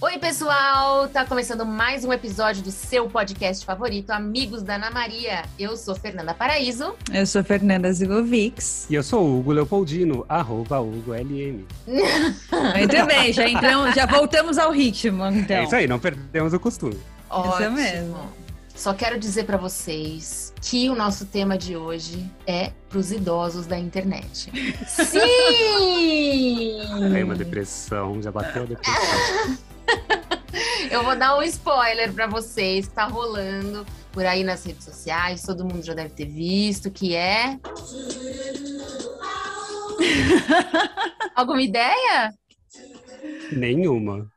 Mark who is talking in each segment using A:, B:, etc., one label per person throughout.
A: Oi, pessoal! Tá começando mais um episódio do seu podcast favorito, Amigos da Ana Maria. Eu sou Fernanda Paraíso.
B: Eu sou Fernanda Zigovics.
C: E eu sou o Hugo Leopoldino, arroba Hugo É LM.
B: Muito bem, já entramos, já voltamos ao ritmo, então.
C: É isso aí, não perdemos o costume.
A: Ótimo.
B: mesmo.
A: Só quero dizer pra vocês que o nosso tema de hoje é pros idosos da internet.
C: Caiu uma
A: Sim!
C: depressão, já bateu a depressão.
A: Eu vou dar um spoiler pra vocês que tá rolando por aí nas redes sociais, todo mundo já deve ter visto, que é Alguma ideia?
C: Nenhuma.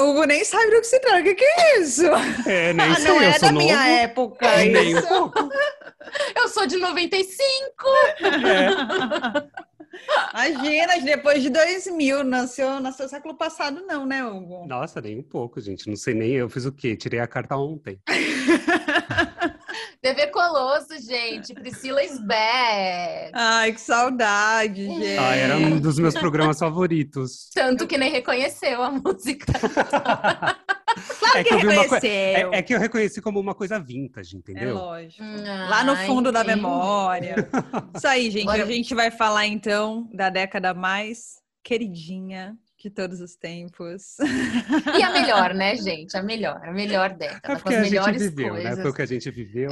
B: O Hugo nem sabe do que se trata. O que, que é isso?
C: É, nem
B: Ah,
C: sei,
B: não
C: eu
B: é
C: sou
B: da
C: novo.
B: minha época. é
C: Nem um
B: isso.
C: pouco.
A: Eu sou de 95!
B: Imagina, depois de 2000, nasceu, nasceu século passado, não, né, Hugo?
C: Nossa, nem um pouco, gente. Não sei nem, eu fiz o quê? Tirei a carta ontem.
A: TV Colosso, gente. Priscila Sbeck.
B: Ai, que saudade, gente.
C: Ah, era um dos meus programas favoritos.
A: Tanto que nem reconheceu a música.
B: Claro
C: É
B: que,
C: que eu vi uma coi-
B: reconheceu.
C: É, é que eu reconheci como uma coisa vintage,
B: É
C: entendeu?
B: lógico. Lá no fundo da memória. Isso aí, gente.
A: Bora.
B: A gente vai falar então da década mais queridinha de todos os tempos.
A: E a melhor, né, gente? A melhor, a melhor década.
C: É
A: com
C: porque
A: as
C: a gente
A: melhores
C: viveu, né?
A: coisas.
C: Foi o que a gente viveu,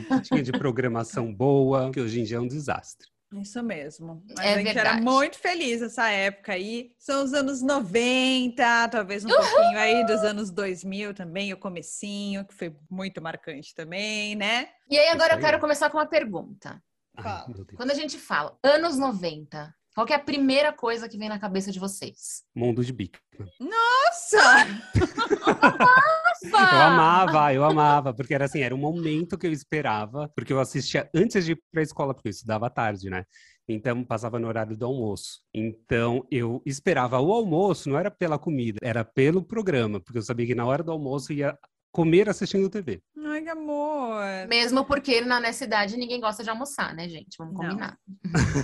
C: foi um tinha de programação boa, que hoje em dia é um desastre.
B: Isso mesmo. Mas
A: É
B: a gente
A: verdade.
B: era muito feliz nessa época aí. São os anos 90, talvez um pouquinho aí dos anos 2000 também, o comecinho, que foi muito marcante também, né?
A: E aí, agora eu
C: aí.
A: quero começar com uma pergunta.
C: Ai,
B: Fala.
C: meu Deus.
A: Quando a gente fala anos 90, qual que é a primeira coisa que vem na cabeça de vocês?
C: Mundo de bico.
B: Nossa! Ah.
C: Eu amava, eu amava, porque era assim, era um momento que eu esperava, porque eu assistia antes de ir para a escola, porque eu estudava à tarde, né? Então passava no horário do almoço. Então eu esperava o almoço, não era pela comida, era pelo programa, porque eu sabia que na hora do almoço eu ia comer assistindo TV.
B: Ai, que amor!
A: Mesmo porque na nessa idade ninguém gosta de almoçar, né, gente? Vamos
B: Não.
A: combinar.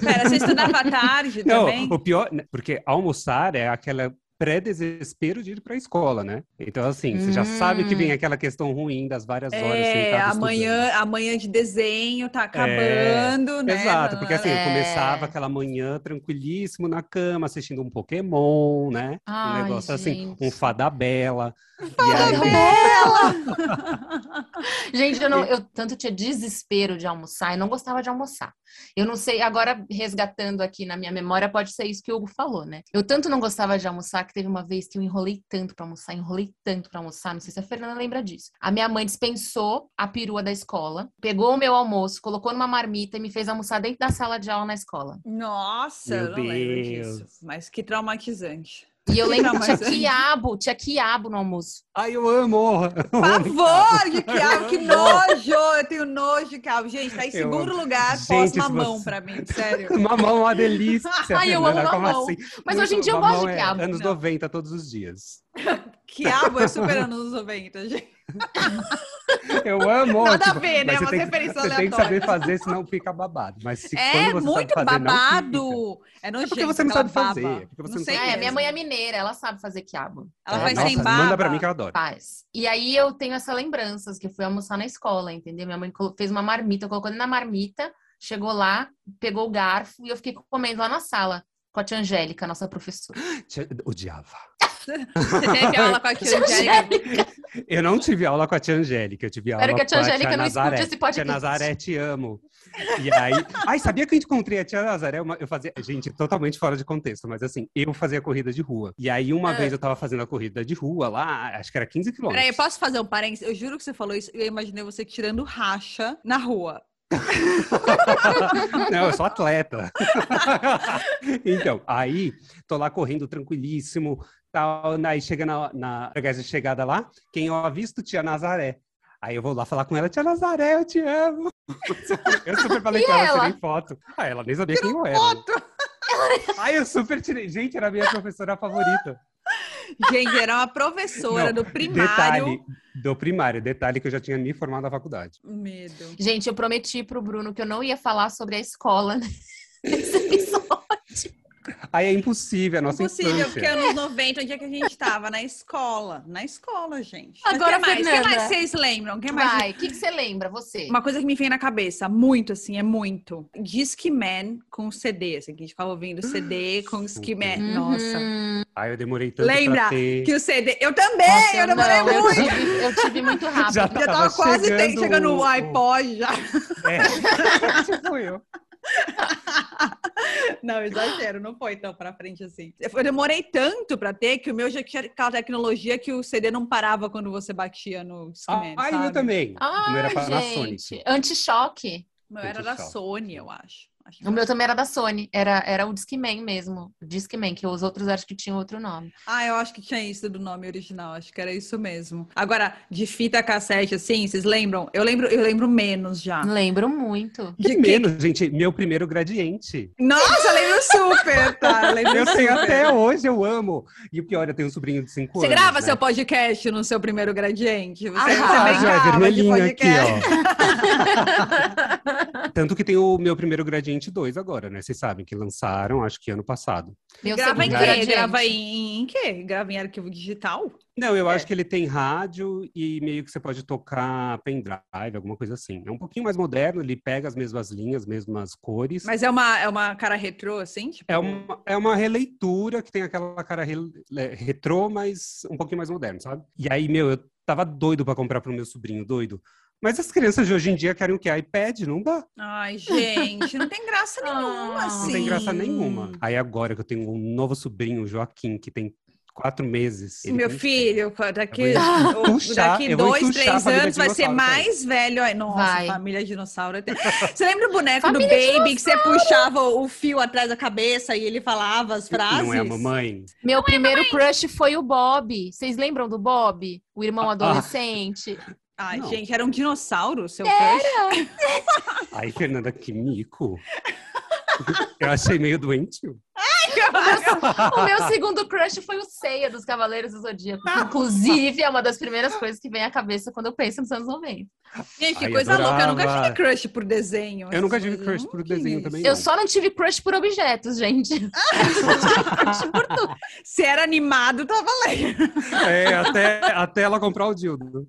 B: Pera, você estudava à tarde
C: Não,
B: também?
C: o pior, né, porque almoçar é aquela pré-desespero de ir para a escola, né? Então assim, você já sabe que vem aquela questão ruim das várias horas
B: Hum. É,
C: sentado estudando.
B: amanhã, amanhã de desenho tá acabando, né?
C: É, Exato, porque assim, eu
A: É.
C: começava aquela manhã tranquilíssimo na cama, assistindo um Pokémon, né?
A: Ai,
C: um negócio assim,
A: gente.
C: um Fada Bela. E aí,
B: Ela!
A: Gente, eu, não, eu tanto tinha desespero de almoçar, eu não gostava de almoçar. Eu não sei, agora resgatando aqui na minha memória, pode ser isso que o Hugo falou, né? Eu tanto não gostava de almoçar que teve uma vez que eu enrolei tanto pra almoçar, enrolei tanto pra almoçar, não sei se a Fernanda lembra disso. A minha mãe dispensou a perua da escola, pegou o meu almoço, colocou numa marmita e me fez almoçar dentro da sala de aula na escola.
B: Nossa, eu
C: Meu
B: não lembro
C: Deus.
B: disso. Mas que traumatizante.
A: E eu lembro que tinha
B: Traumatizante.
A: quiabo, tinha quiabo no almoço.
C: ai, eu amo!
B: Pavor de quiabo, que nojo! Eu tenho nojo de quiabo. Gente, tá em
C: Eu
B: segundo lugar,
C: Gente,
B: pós
C: se
B: mamão
C: você-
B: pra mim, sério.
C: Mamão é uma delícia.
A: Ai, eu amo
C: Fernanda, como
A: mamão.
C: assim?
A: Mas
C: Muito-
A: hoje em dia eu
C: mamão
A: gosto de
C: é
A: quiabo.
C: Anos
B: Não.
C: 90 todos os dias.
B: Quiabo é super anos 90, gente.
C: Eu amo!
B: Nada a
C: tipo,
B: ver, né?
C: mas
B: Umas
C: você tem que-
B: referências
C: Você tem que
B: aleatórias.
C: saber fazer, senão fica babado. Mas se
B: É
C: quando você sabe
B: muito
C: fazer, não fica.
B: babado. É nojento.
C: porque você não
B: aquela
C: sabe fazer,
B: baba.
C: é porque você
B: não
C: não
B: sei
C: sabe
A: É,
C: mesmo.
A: minha mãe é mineira, ela sabe fazer quiabo.
B: Ela
C: É,
B: faz
C: nossa,
B: sem baba.
C: manda pra mim que eu adoro.
A: Faz. E aí eu tenho essa lembranças que eu fui almoçar na escola, entendeu? Minha mãe colo- fez uma marmita, colocou dentro da marmita, chegou lá, pegou o garfo e eu fiquei comendo lá na sala com a tia Angélica, nossa professora.
C: Te- Odiava.
B: Você teve aula com a tia Angélica?
C: Eu não tive aula com a tia Angélica, eu tive aula
A: Espero que a tia
C: com
A: Angélica não escute
C: Nazaré.
A: esse podcast.
C: Tia Nazaré, te amo. E aí... Ai, sabia que eu encontrei a tia Nazaré? Uma... Eu fazia... Gente, totalmente fora de contexto, mas assim, eu fazia corrida de rua. E aí, uma
A: Ah.
C: vez eu tava fazendo a corrida de rua lá, acho que era 15 quilômetros.
B: Peraí, posso fazer um parênteses? Eu juro que você falou isso. Eu imaginei você tirando racha na rua.
C: Não, eu sou atleta. então, aí, tô lá correndo tranquilíssimo, tal, aí chega na, na casa de chegada lá, quem eu avisto, tia Nazaré. Aí eu vou lá falar com ela, tia Nazaré, eu te amo. Eu super falei
A: E
C: com ela,
A: ela?
C: tirei foto. Ah, ela nem sabia quem eu era. Aí eu super tirei. Gente, era a minha professora favorita.
B: Gente, era uma professora
C: Não,
B: do primário.
C: Detalhe, do primário, detalhe que eu já tinha me formado na faculdade.
B: Medo.
A: Gente, eu prometi pro Bruno que eu não ia falar sobre a escola nesse né? episódio.
C: Aí é impossível, a nossa
B: Impossível, porque
C: infância.
B: anos 90, onde é que a gente tava? Na escola. Na escola, gente. Mas
A: Agora,
B: que mais? que
A: Fernanda.
B: mais vocês lembram? Que mais
A: Vai, o que que você lembra, você?
B: Uma coisa que me vem na cabeça, muito assim, é muito. Disque Man com CD, assim, que a gente ficava ouvindo CD com Disque Man.
A: Uhum.
B: Nossa.
C: Ai, eu demorei tanto
B: Lembra
C: pra ter.
B: Que o CD. Eu também!
A: Nossa,
B: eu demorei
A: não,
B: muito!
A: Eu tive, eu tive muito rápido.
C: Já tá.
B: Já tava
C: Tava
B: quase
C: chegando
B: tem- chegando
C: o-
B: o iPod já.
C: É. tipo eu.
B: Não, exagero, não foi tão pra frente assim. Eu demorei tanto pra ter que o meu já tinha aquela tecnologia que o CD não parava quando você batia no Discman,
C: Ai,
B: sabe?
C: eu também. O meu
A: Ah,
C: era
A: gente,
C: Panasonic.
A: anti-choque.
B: O meu era da
C: Muito chato.
B: Sony, eu acho. Acho que
A: O
B: era-
A: meu também era da Sony, era, era o Discman mesmo, Discman, que os outros acho que tinham outro nome.
B: Ah, eu acho que tinha isso do nome original, acho que era isso mesmo. Agora, de fita cassete assim, vocês lembram? Eu lembro, eu lembro menos já.
A: Lembro muito.
C: Que menos, gente. Meu primeiro gradiente.
B: Nossa, eu lembro super, tá? Eu lembro
C: Eu tenho
B: super.
C: até hoje, eu amo. E o pior, eu tenho um sobrinho de 5
B: Você
C: anos.
B: grava
C: né? É
B: seu podcast no seu primeiro gradiente? Você,
A: Ah,
B: você
A: já,
B: bem
A: já,
B: grava de
C: vermelhinho aqui,
B: podcast.
C: ó. Tanto que tem o meu primeiro gradiente 2 agora, né? Vocês sabem que lançaram, acho que ano passado.
A: Meu
B: Grava em
A: segundo
B: quê?
A: é gradiente.
B: Grava em, em quê? Grava em arquivo digital?
C: Não, eu
B: É.
C: acho que ele tem rádio e meio que você pode tocar pendrive, alguma coisa assim. É um pouquinho mais moderno, ele pega as mesmas linhas, mesmas cores.
B: Mas é uma, é uma cara retrô, assim? Tipo,
C: É uma, é uma releitura que tem aquela cara re, le- retrô, mas um pouquinho mais moderno, sabe? E aí, meu, eu tava doido pra comprar pro meu sobrinho, doido. Mas as crianças de hoje em dia querem o quê? iPad? Não dá.
B: Ai, gente, não tem graça nenhuma,
A: Ah,
B: assim.
C: Não tem graça nenhuma. Aí agora que eu tenho um novo sobrinho, o Joaquim, que tem quatro meses. ele um
B: Meu
C: consegue.
B: filho, daqui,
C: Eu vou
B: o-
C: entuchar,
B: daqui
C: eu vou
B: dois,
C: entuchar a
B: três
C: família
B: anos vai ser
C: dinossauro pra ele.
B: mais velho. Ai, nossa,
A: Vai.
B: família dinossauro. tem- Você lembra o boneco do
A: Família
B: Baby que você puxava o fio atrás da cabeça e ele falava as frases?
C: Não é a mamãe?
A: Meu primeiro crush foi o Bob. Vocês lembram do Bob? O irmão
C: Ah, ah.
A: adolescente?
B: Ai,
C: Não.
B: gente, era um dinossauro, seu crush?
C: Aí, Fernanda, que mico. Eu achei meio doentio.
A: um O meu segundo crush foi o Seiya dos Cavaleiros do Zodíaco.
B: Ah.
A: que, Inclusive, é uma das primeiras coisas que vem à cabeça quando eu penso nos anos 90.
B: Gente, que
C: Ai,
B: coisa louca. Eu nunca
C: adorava.
B: tive crush por desenho. assim.
C: Eu nunca
B: essas
C: tive
B: coisas.
C: crush por
B: Nunca
C: desenho
B: isso.
C: também.
A: Eu só não tive crush por objetos, gente.
B: Se era animado, tava valendo.
C: É, até, até ela comprar o dildo.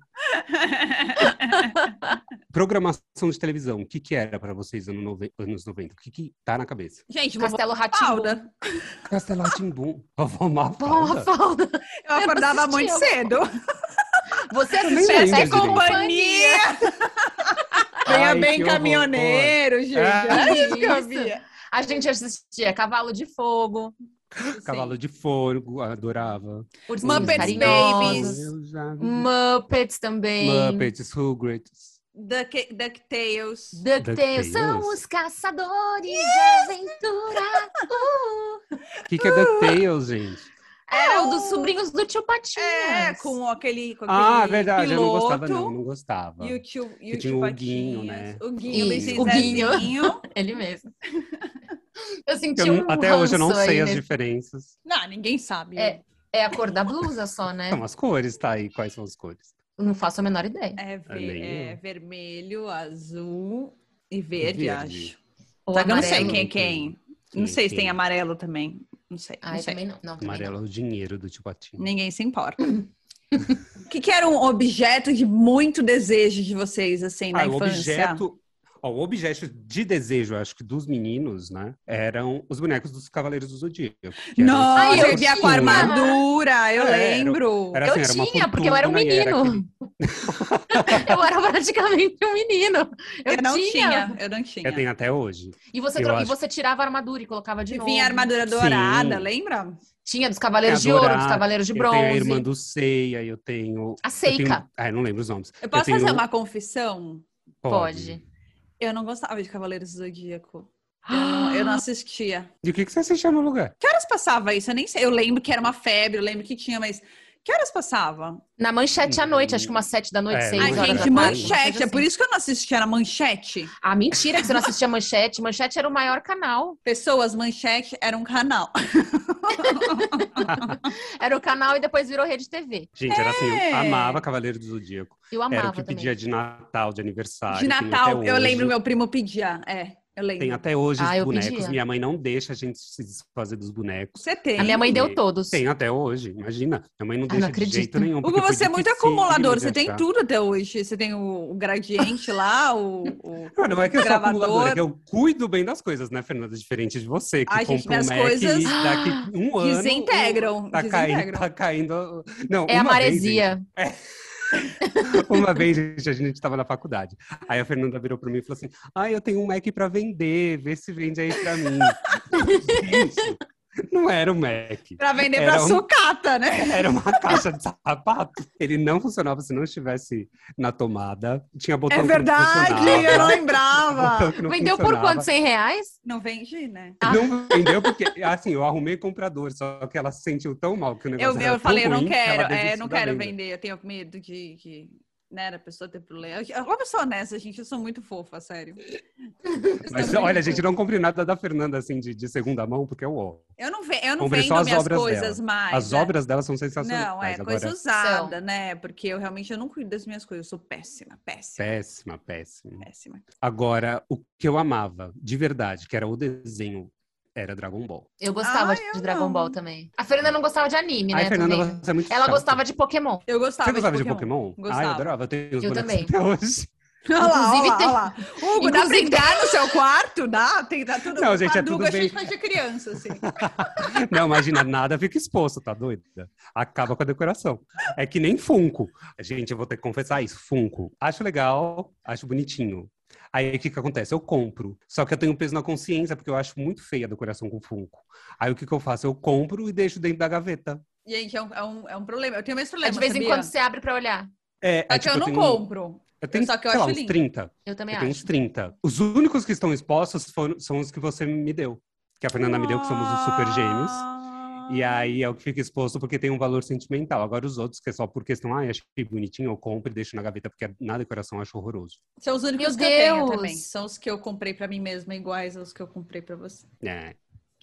C: Programação de televisão, o que, que era para vocês ano nove- anos 90? O que, que tá na cabeça?
B: Gente, vou
A: Castelo Ratimbu.
B: Pauda.
C: Castelo Timbum. Vovó Mafalda.
A: Mafalda.
B: Eu
A: Eu não
B: acordava
A: assistia,
B: muito
A: eu-
B: cedo. é
A: Você
C: Eu nem
A: assistiu
C: lembro
A: essa
C: direito.
A: É companhia.
B: Venha
C: Ai,
B: bem
C: que horror.
B: caminhoneiro, gente.
C: Ah,
B: Era isso que eu
A: isso.
B: via.
A: A gente assistia Cavalo de Fogo,
C: Cavalo de Fogo, adorava.
A: Os
B: Muppets Carinhosos. Babies.
C: Eu já vi.
A: Muppets também.
C: Uhum. Muppets, Rugrats.
B: Duck, DuckTales.
A: DuckTales são
C: DuckTales.
A: os caçadores de aventura. Uh!
C: O que, que é DuckTales, gente?
A: Era o dos sobrinhos do tio Patinhas.
B: É, com aquele, com aquele
C: Ah, verdade, eu não
B: piloto.
C: gostava não, não gostava.
B: E o tio, e
C: Que
B: o
C: tinha
B: tio
C: o
B: Patinhas.
C: Guinho, né?
B: O Guinho,
A: Isso,
B: Luizinho
A: o Guinho.
B: Zezinho.
A: ele mesmo. Eu senti
C: Eu
A: um
C: não- até hoje eu não
A: ranço aí
C: sei as
B: né?
A: nesse-
C: diferenças.
B: Não, ninguém sabe.
A: É. É a cor da blusa só, né?
C: São as cores, tá aí. Quais são as cores?
A: Eu Não faço a menor ideia.
B: É, ver-
C: Também
B: é
C: eu.
B: vermelho, azul e verde,
C: verde.
B: acho.
A: Ou
B: Só que eu não sei
A: amarelo.
B: quem é quem. Não
C: Sim,
B: sei se tem
C: sim.
B: amarelo também. Não sei.
A: Ah,
B: não
A: eu
B: sei.
A: também não. não também
C: Amarelo é o dinheiro do tio Patinho.
B: Ninguém se importa. O que, que era um objeto de muito desejo de vocês, assim, na
C: Ah, o
B: infância?
C: objeto, ó, o objeto de desejo, eu acho que dos meninos, né? Eram os bonecos dos Cavaleiros do Zodíaco. que eram
B: Nossa,
A: Ai,
C: uma
A: eu
B: eu via com
C: fortuna.
B: armadura, eu
C: É, era-
B: lembro.
C: Era
A: Eu
C: assim, era uma
A: tinha, porque eu era um
C: fortuna e
A: menino.
C: aquele-
A: Eu era praticamente um menino. Eu,
B: Eu, não
A: tinha.
B: tinha. eu não tinha.
C: Eu tenho até hoje.
A: E você,
C: Eu
A: tro- e
C: acho-
A: você tirava a armadura e colocava de
B: E
A: novo.
B: vinha a armadura dourada,
C: Sim.
B: lembra?
A: Tinha dos Cavaleiros de
C: Eu
A: Ouro,
C: adorava.
A: dos Cavaleiros de
C: Ah, Eu tenho a
A: Bronze.
C: irmã do Ceia, eu tenho...
A: A
C: eu tenho-
A: Seika.
C: Ah, eu não lembro os nomes.
B: Eu posso
C: tenho
B: fazer
C: um-
B: uma confissão?
A: Pode.
B: Eu não gostava de Cavaleiros do Zodíaco. Eu não, Ah, eu não assistia.
C: E o que, que você assistia no lugar?
B: Que horas passava isso? Eu nem sei. Eu lembro que era uma febre, eu lembro que tinha, mas que horas passava?
A: Na manchete à noite, acho que umas sete da noite,
C: É,
A: seis
B: Ai,
C: Duas
A: horas.
C: horas
B: gente,
A: da tarde, uma
B: manchete.
A: coisa
B: É por
A: assim.
B: isso que eu não assistia, era manchete.
A: Ah, mentira que você não assistia manchete. Manchete era o maior canal.
B: Pessoas, manchete era um canal.
A: Era o canal e depois virou rede TV.
C: Gente, era assim,
B: É.
C: eu amava Cavaleiro do Zodíaco.
A: Eu
C: Era
A: amava
C: o que
A: também.
C: pedia de Natal, de aniversário.
B: De
C: tenho até
B: Natal, eu
C: hoje.
B: lembro meu primo pedia, é. Eu lembro.
C: Tem até hoje
A: Ah,
C: os
A: eu
C: bonecos.
A: pedia.
C: Minha mãe não deixa a gente se desfazer dos bonecos.
B: Você tem.
A: A minha mãe deu
C: E-
A: todos.
C: Tem até hoje, imagina. Minha mãe não
A: Ah,
C: deixa
A: não
C: de jeito
A: acredito.
C: nenhum.
B: Hugo,
C: porque foi
B: você é muito
C: dificílimo
B: acumulador,
C: de
B: você tem
C: achar.
B: tudo até hoje. Você tem o, o gradiente lá, o, o-
C: Ah, não é que eu sou
B: Gravador.
C: acumulador, é que eu cuido bem das coisas, né, Fernanda? Diferente de você, que
B: Ai, gente,
C: compra
B: minhas
C: um Mac
B: coisas
C: e daqui um ano...
B: desintegram.
C: Tá caindo,
B: desintegram.
C: tá caindo... Não,
A: É a
C: uma vez,
A: maresia.
C: Uma vez, gente, a gente estava na faculdade. Aí a Fernanda virou para mim e falou assim: Ah, eu tenho um Mac para vender, vê se vende aí para mim. gente, não era um Mac,
B: Pra vender
C: Era
B: pra
C: um-
B: sucata, né?
C: era uma caixa de sapato. Ele não funcionava se não estivesse na tomada. Tinha botão
B: É
C: que
B: verdade,
C: não
B: eu não
C: funcionava.
B: lembrava.
C: botão que não
A: Vendeu por
C: funcionava.
A: quanto? 100 reais?
B: Não vende, né?
C: Não vendeu porque, assim, eu arrumei comprador, só que ela se sentiu tão mal que o negócio
B: Eu,
C: era
B: eu falei, eu
C: tão
B: não
C: ruim que
B: quero,
C: ela
B: é,
C: desistiu
B: não
C: da
B: quero
C: venda.
B: vender, eu tenho medo de, de né, da pessoa ter problema. Eu- Uma pessoa honesta, gente, eu sou muito fofa, sério.
C: Mas olha, a gente não compre nada da Fernanda, assim, de, de segunda mão, porque é o ó.
B: Eu não, ve- eu não
C: Comprei
B: vendo
C: só as
B: minhas
C: obras
B: coisas mais.
C: As
B: né?
C: obras dela são sensacionais.
B: Não, é
C: Agora,
B: coisa usada, né? Porque eu realmente eu não cuido das minhas coisas, eu sou péssima, péssima,
C: péssima, péssima.
B: péssima.
C: Agora, o que eu amava, de verdade, que era o desenho, era Dragon Ball.
A: Eu gostava
B: Ah,
A: de
B: eu
A: Dragon
B: não.
A: Ball também. A Fernanda não gostava de anime,
C: Ai,
A: né?
C: Fernanda,
A: também.
C: você é muito
A: Ela
C: chata.
A: gostava de Pokémon.
B: Eu gostava, um
C: Você gostava de Pokémon? Ah, eu
B: Gostava.
C: adorava. Eu tenho os
A: Eu
C: bonecos
A: também.
C: até hoje.
B: Olha lá,
A: Inclusive
B: olha
A: tem-
B: lá, olha lá. Hugo, dá pra
A: Inclusive-
B: brincar no seu quarto? Dá? Tem, dá tudo.
C: Não, gente, é
B: a
C: tudo
B: Duga,
C: bem.
B: a gente faz de criança, assim.
C: Não, imagina, nada fica exposto, tá doida? Acaba com a decoração. É que nem Funko. Gente, eu vou ter que confessar isso. Funko. Acho legal, acho bonitinho. Aí o que que acontece? Eu compro. Só que eu tenho um peso na consciência, porque eu acho muito feia a decoração com Funko. Aí o que que eu faço? Eu compro e deixo dentro da gaveta.
B: Gente, é um, é um, é um problema. Eu tenho mais
A: Aí
B: problema,
A: de vez em
B: sabia?
A: quando você abre pra olhar.
C: É,
B: Só que
C: aí, tipo,
B: eu não
C: tenho-
B: compro.
C: Eu tenho,
B: só que eu
C: sei lá,
B: acho
C: uns
B: lindo.
C: 30.
A: Eu também
C: Eu tenho um
A: acho.
C: uns 30. Os únicos que estão expostos foram- são os que você me deu. Que a Fernanda me deu, que somos os super gêmeos. E aí é o que fica exposto porque tem um valor sentimental. Agora os outros, que é só por questão, ah, achei bonitinho, eu compro e deixo na gaveta, porque é na decoração eu acho horroroso.
B: São os únicos
A: Meu
B: que eu tenho
A: Deus!
B: também. São os que eu comprei pra mim mesma, iguais aos que eu comprei pra você.
C: É.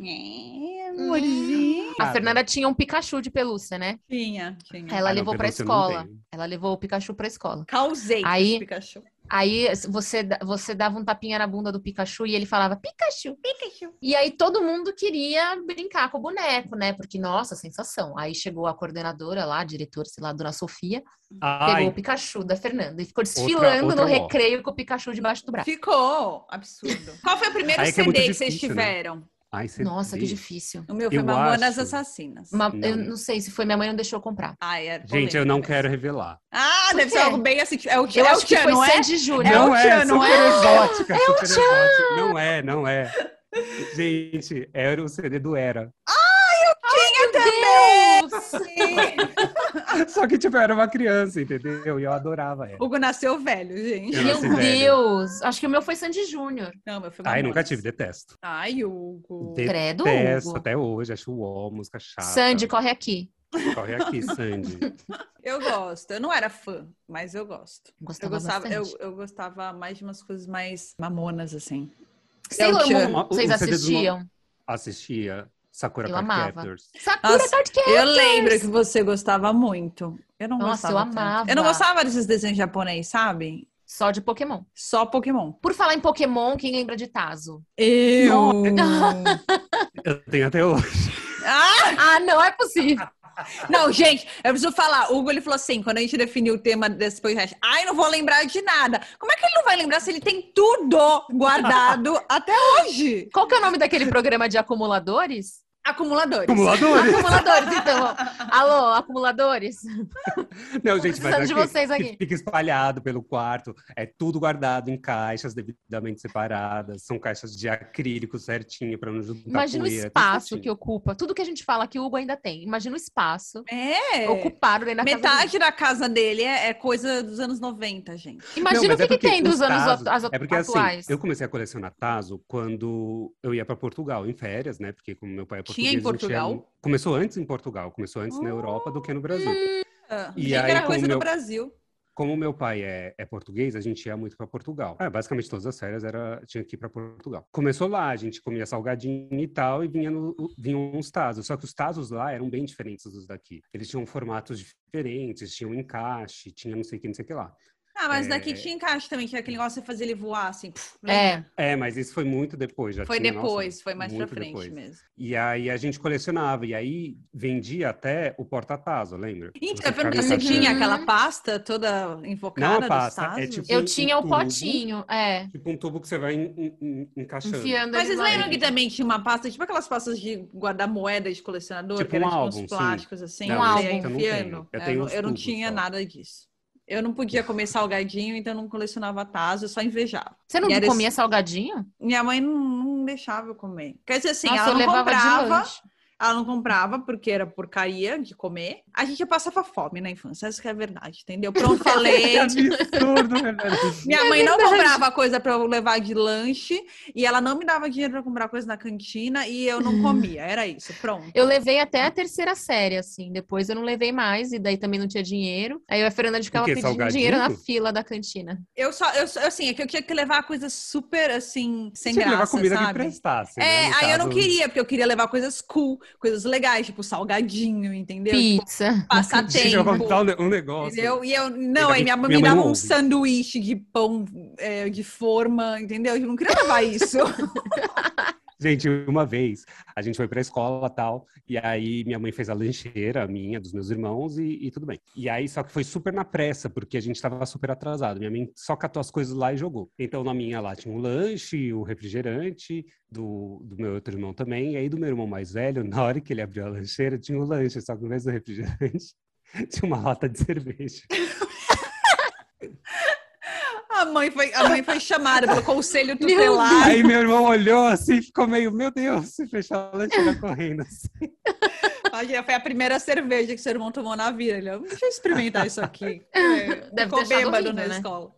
B: É, amorzinho.
A: A Fernanda tinha um Pikachu de pelúcia, né?
B: Tinha, tinha.
A: Ela
C: Ah, não,
A: levou pra
C: pelúcia eu não
A: escola.
C: tenho.
A: Ela levou o Pikachu pra escola.
B: Causei com
A: Aí-
B: esse Pikachu.
A: Aí você, da- você dava um tapinha na bunda do Pikachu e ele falava Pikachu, Pikachu. E aí todo mundo queria brincar com o boneco, né? Porque, nossa, sensação. Aí chegou a coordenadora lá, a diretora, sei lá, a dona Sofia, pegou o
C: Ai,
A: Pikachu da Fernanda e ficou desfilando no
C: outra ó.
A: recreio com o Pikachu debaixo do braço.
B: Ficou absurdo. Qual foi o primeiro
C: Aí é que é
B: CD que,
C: muito
B: vocês
C: difícil, né?
B: tiveram?
C: ai, você
A: Nossa, que
C: vê.
A: difícil.
B: O meu foi
C: Eu
B: Mamonas
C: acho-
B: Assassinas.
A: Ma-
C: Não.
A: Eu não sei se foi minha mãe não deixou eu comprar.
B: Ai, é
C: Gente, eu
B: polêmico
C: não
B: mesmo.
C: quero revelar.
B: Ah, deve ser
A: quê?
B: algo bem assim. É o que
A: Eu acho que foi
B: não é?
A: Sandy Júnior.
B: É o
C: não é,
B: Tchan, não
C: super
B: é?
C: exótica, super exótica. Não é, não é. Gente, era o CD do Era.
B: Sim.
C: Só que, tipo, eu era uma criança, entendeu? E eu adorava Era.
B: Hugo nasceu velho, gente.
C: Eu
A: Meu
C: nasci velho.
A: Deus! Acho que o meu foi Sandy Júnior.
B: Não, meu foi
C: Ai,
B: Mamonas.
C: nunca tive, detesto.
B: Ai, Hugo.
C: De-
A: Credo,
C: Detesto
A: Hugo.
C: até hoje, acho uó, música chata.
A: Sandy, corre aqui.
C: Corre aqui, Sandy.
B: Eu gosto. Eu não era fã, mas eu gosto. Eu
A: Gostava,
B: gostava, eu,
A: bastante.
B: eu gostava mais de umas coisas mais mamonas, assim.
A: Sailor
B: eu-
A: Moon,
C: o-
A: vocês
C: o CD do
A: assistiam?
C: assistia Sakura
A: Eu
C: Card
A: amava.
C: Captors.
A: Sakura
B: Nossa,
A: Card Captors!
B: Eu lembro que você gostava muito. Eu não
A: Nossa,
B: gostava.
A: eu
B: tanto.
A: amava.
B: Eu não gostava desses desenhos japonês, sabe?
A: Só de Pokémon.
B: Só Pokémon.
A: Por falar em Pokémon, quem lembra de Tazo?
B: Eu.
C: Eu tenho até hoje.
B: ah!
A: Ah, não é possível.
B: Não, gente, eu preciso falar. O Hugo ele falou assim: quando a gente definiu o tema desse podcast, ai, não vou lembrar de nada. Como é que ele não vai lembrar se ele tem tudo guardado até hoje?
A: Qual que é o nome daquele programa de acumuladores?
B: Acumuladores.
C: Acumuladores?
A: Acumuladores, então. Alô, acumuladores?
C: Não,
A: Tô
C: gente, mas
A: precisando de
C: aqui-
A: vocês aqui.
C: que Fica espalhado pelo quarto, é tudo guardado em caixas devidamente separadas, são caixas de acrílico certinho para não juntar
A: Imagina o
C: poeira, tudo
A: espaço
C: certinho.
A: que ocupa. Tudo que a gente fala que o Hugo ainda tem. Imagina o espaço
B: É.
A: ocupado dentro da casa dele.
B: Metade da casa dele é, é coisa dos anos 90, gente.
A: Imagina
C: Não,
A: o
C: mas
A: que,
C: é
A: que
C: porque
A: tem dos
C: os
A: anos
C: Tazos-
A: atu- as-
C: É porque
A: atuais.
C: assim, eu comecei a colecionar Tazo quando eu ia para Portugal em férias, né? Porque como meu pai é português,
B: Tinha em
C: a gente ia-
B: Portugal?
C: um. Começou antes em Portugal, começou antes na Europa do que
A: Oh,
C: no Brasil.
B: Ah,
C: E
B: achei que
C: aí,
B: era
C: com
B: coisa
C: o
B: do
C: meu-
B: Brasil.
C: Como meu pai é, é português, a gente ia muito para Portugal. Ah, basicamente todas as férias era tinha que ir para Portugal. Começou lá, a gente comia salgadinho e tal e vinha no, vinham uns tazos. Só que os tazos lá eram bem diferentes dos daqui. Eles tinham formatos diferentes, tinham encaixe, tinha não sei o que, não sei o que lá.
B: Ah, mas
C: É.
B: daqui tinha encaixe também, que era aquele negócio de fazer ele voar assim. puf, né?
A: É,
C: É, mas isso foi muito depois. Já
B: Foi
C: tinha, nossa,
B: depois, foi mais pra
C: muito
B: frente
C: depois.
B: mesmo.
C: E aí a gente colecionava, e aí vendia até o porta-taso, lembra?
B: Então,
C: Você
B: eu perguntei
C: ficava
B: se
C: encaixando.
B: tinha
A: Uhum.
B: aquela pasta toda invocada
C: Não a
B: dos
C: pasta, é
B: Tazos?
C: tipo-
A: eu
C: Um
A: tinha o
C: tubo.
A: potinho, é,
C: Tipo um tubo que você vai en- en- en- encaixando.
A: enfiando
B: Mas
A: ele
B: vocês
A: lá.
B: lembram que também tinha uma pasta, tipo aquelas pastas de guardar moeda de colecionador,
C: Tipo
B: que era
C: um
B: tipo
C: álbum,
B: uns plásticos assim,
A: Não,
B: que você
A: isso
B: ia
A: eu
C: não
B: enfiando.
C: tenho. Eu
B: É,
C: tenho
B: não-
C: os
B: eu não
C: tubos
B: tinha
C: só.
B: nada disso. Eu não podia comer salgadinho, então eu não colecionava tazo, eu só invejava.
A: Você não
B: E era
A: comia salgadinho?
B: Minha mãe não, não deixava eu comer. Quer dizer assim,
A: Nossa, eu
B: ela não
A: levava de
B: comprava,
A: lanche.
B: ela não comprava porque era porcaria de comer. A gente passava fome na infância, essa que é a verdade, entendeu? Pronto,
C: Que
B: falei,
C: absurdo, né, Renato.
B: minha mãe não comprava coisa pra eu levar de lanche e ela não me dava dinheiro pra comprar coisa na cantina e eu
C: Hum.
B: não comia. Era isso, pronto.
A: Eu levei até a terceira série, assim. Depois eu não levei mais, e daí também não tinha dinheiro. Aí a Fernanda ficava
C: quê?
A: pedindo
C: Salgadinho?
A: dinheiro na fila da cantina.
B: Eu só, eu só- assim, é que eu tinha que levar coisas super assim, sem
C: Tinha que
B: graça,
C: levar comida que
B: sabe?
C: prestasse. né?
B: É,
C: No
B: aí eu não
C: caso,
B: queria, porque eu queria levar coisas cool, coisas legais, tipo salgadinho, entendeu? Tipo,
A: Pizza.
C: Tinha que
B: passatempo.
C: comprar um ne- um negócio.
B: Entendeu? E eu,
C: Ainda
B: não,
C: bem
B: aí minha
C: que
B: mãe
C: minha
B: me
C: mãe
B: dava
C: não
B: um
C: ouve.
B: sanduíche de pão é, de forma, entendeu? Eu não queria levar isso.
C: Gente, uma vez a gente foi pra escola tal, e aí minha mãe fez a lancheira minha, dos meus irmãos, e, e tudo bem. E aí, só que foi super na pressa, porque a gente tava super atrasado. Minha mãe só catou as coisas lá e jogou. Então, na minha lá tinha um lanche, o refrigerante, do, do meu outro irmão também, e aí do meu irmão mais velho, na hora que ele abriu a lancheira, tinha o lanche, só que no vez do refrigerante, tinha uma lata de cerveja.
B: A mãe foi, a mãe foi chamada pelo conselho
A: Meu
B: tutelar.
C: Aí meu irmão olhou assim, ficou meio, meu Deus, se fechar a lancheira correndo. assim.
B: Imagina, foi a primeira cerveja que seu irmão tomou na vida. Ele, deixa eu experimentar isso aqui. É,
A: Deve
B: Ficou
A: ter achado
B: bêbado
A: horrível,
B: na
A: né?
B: escola.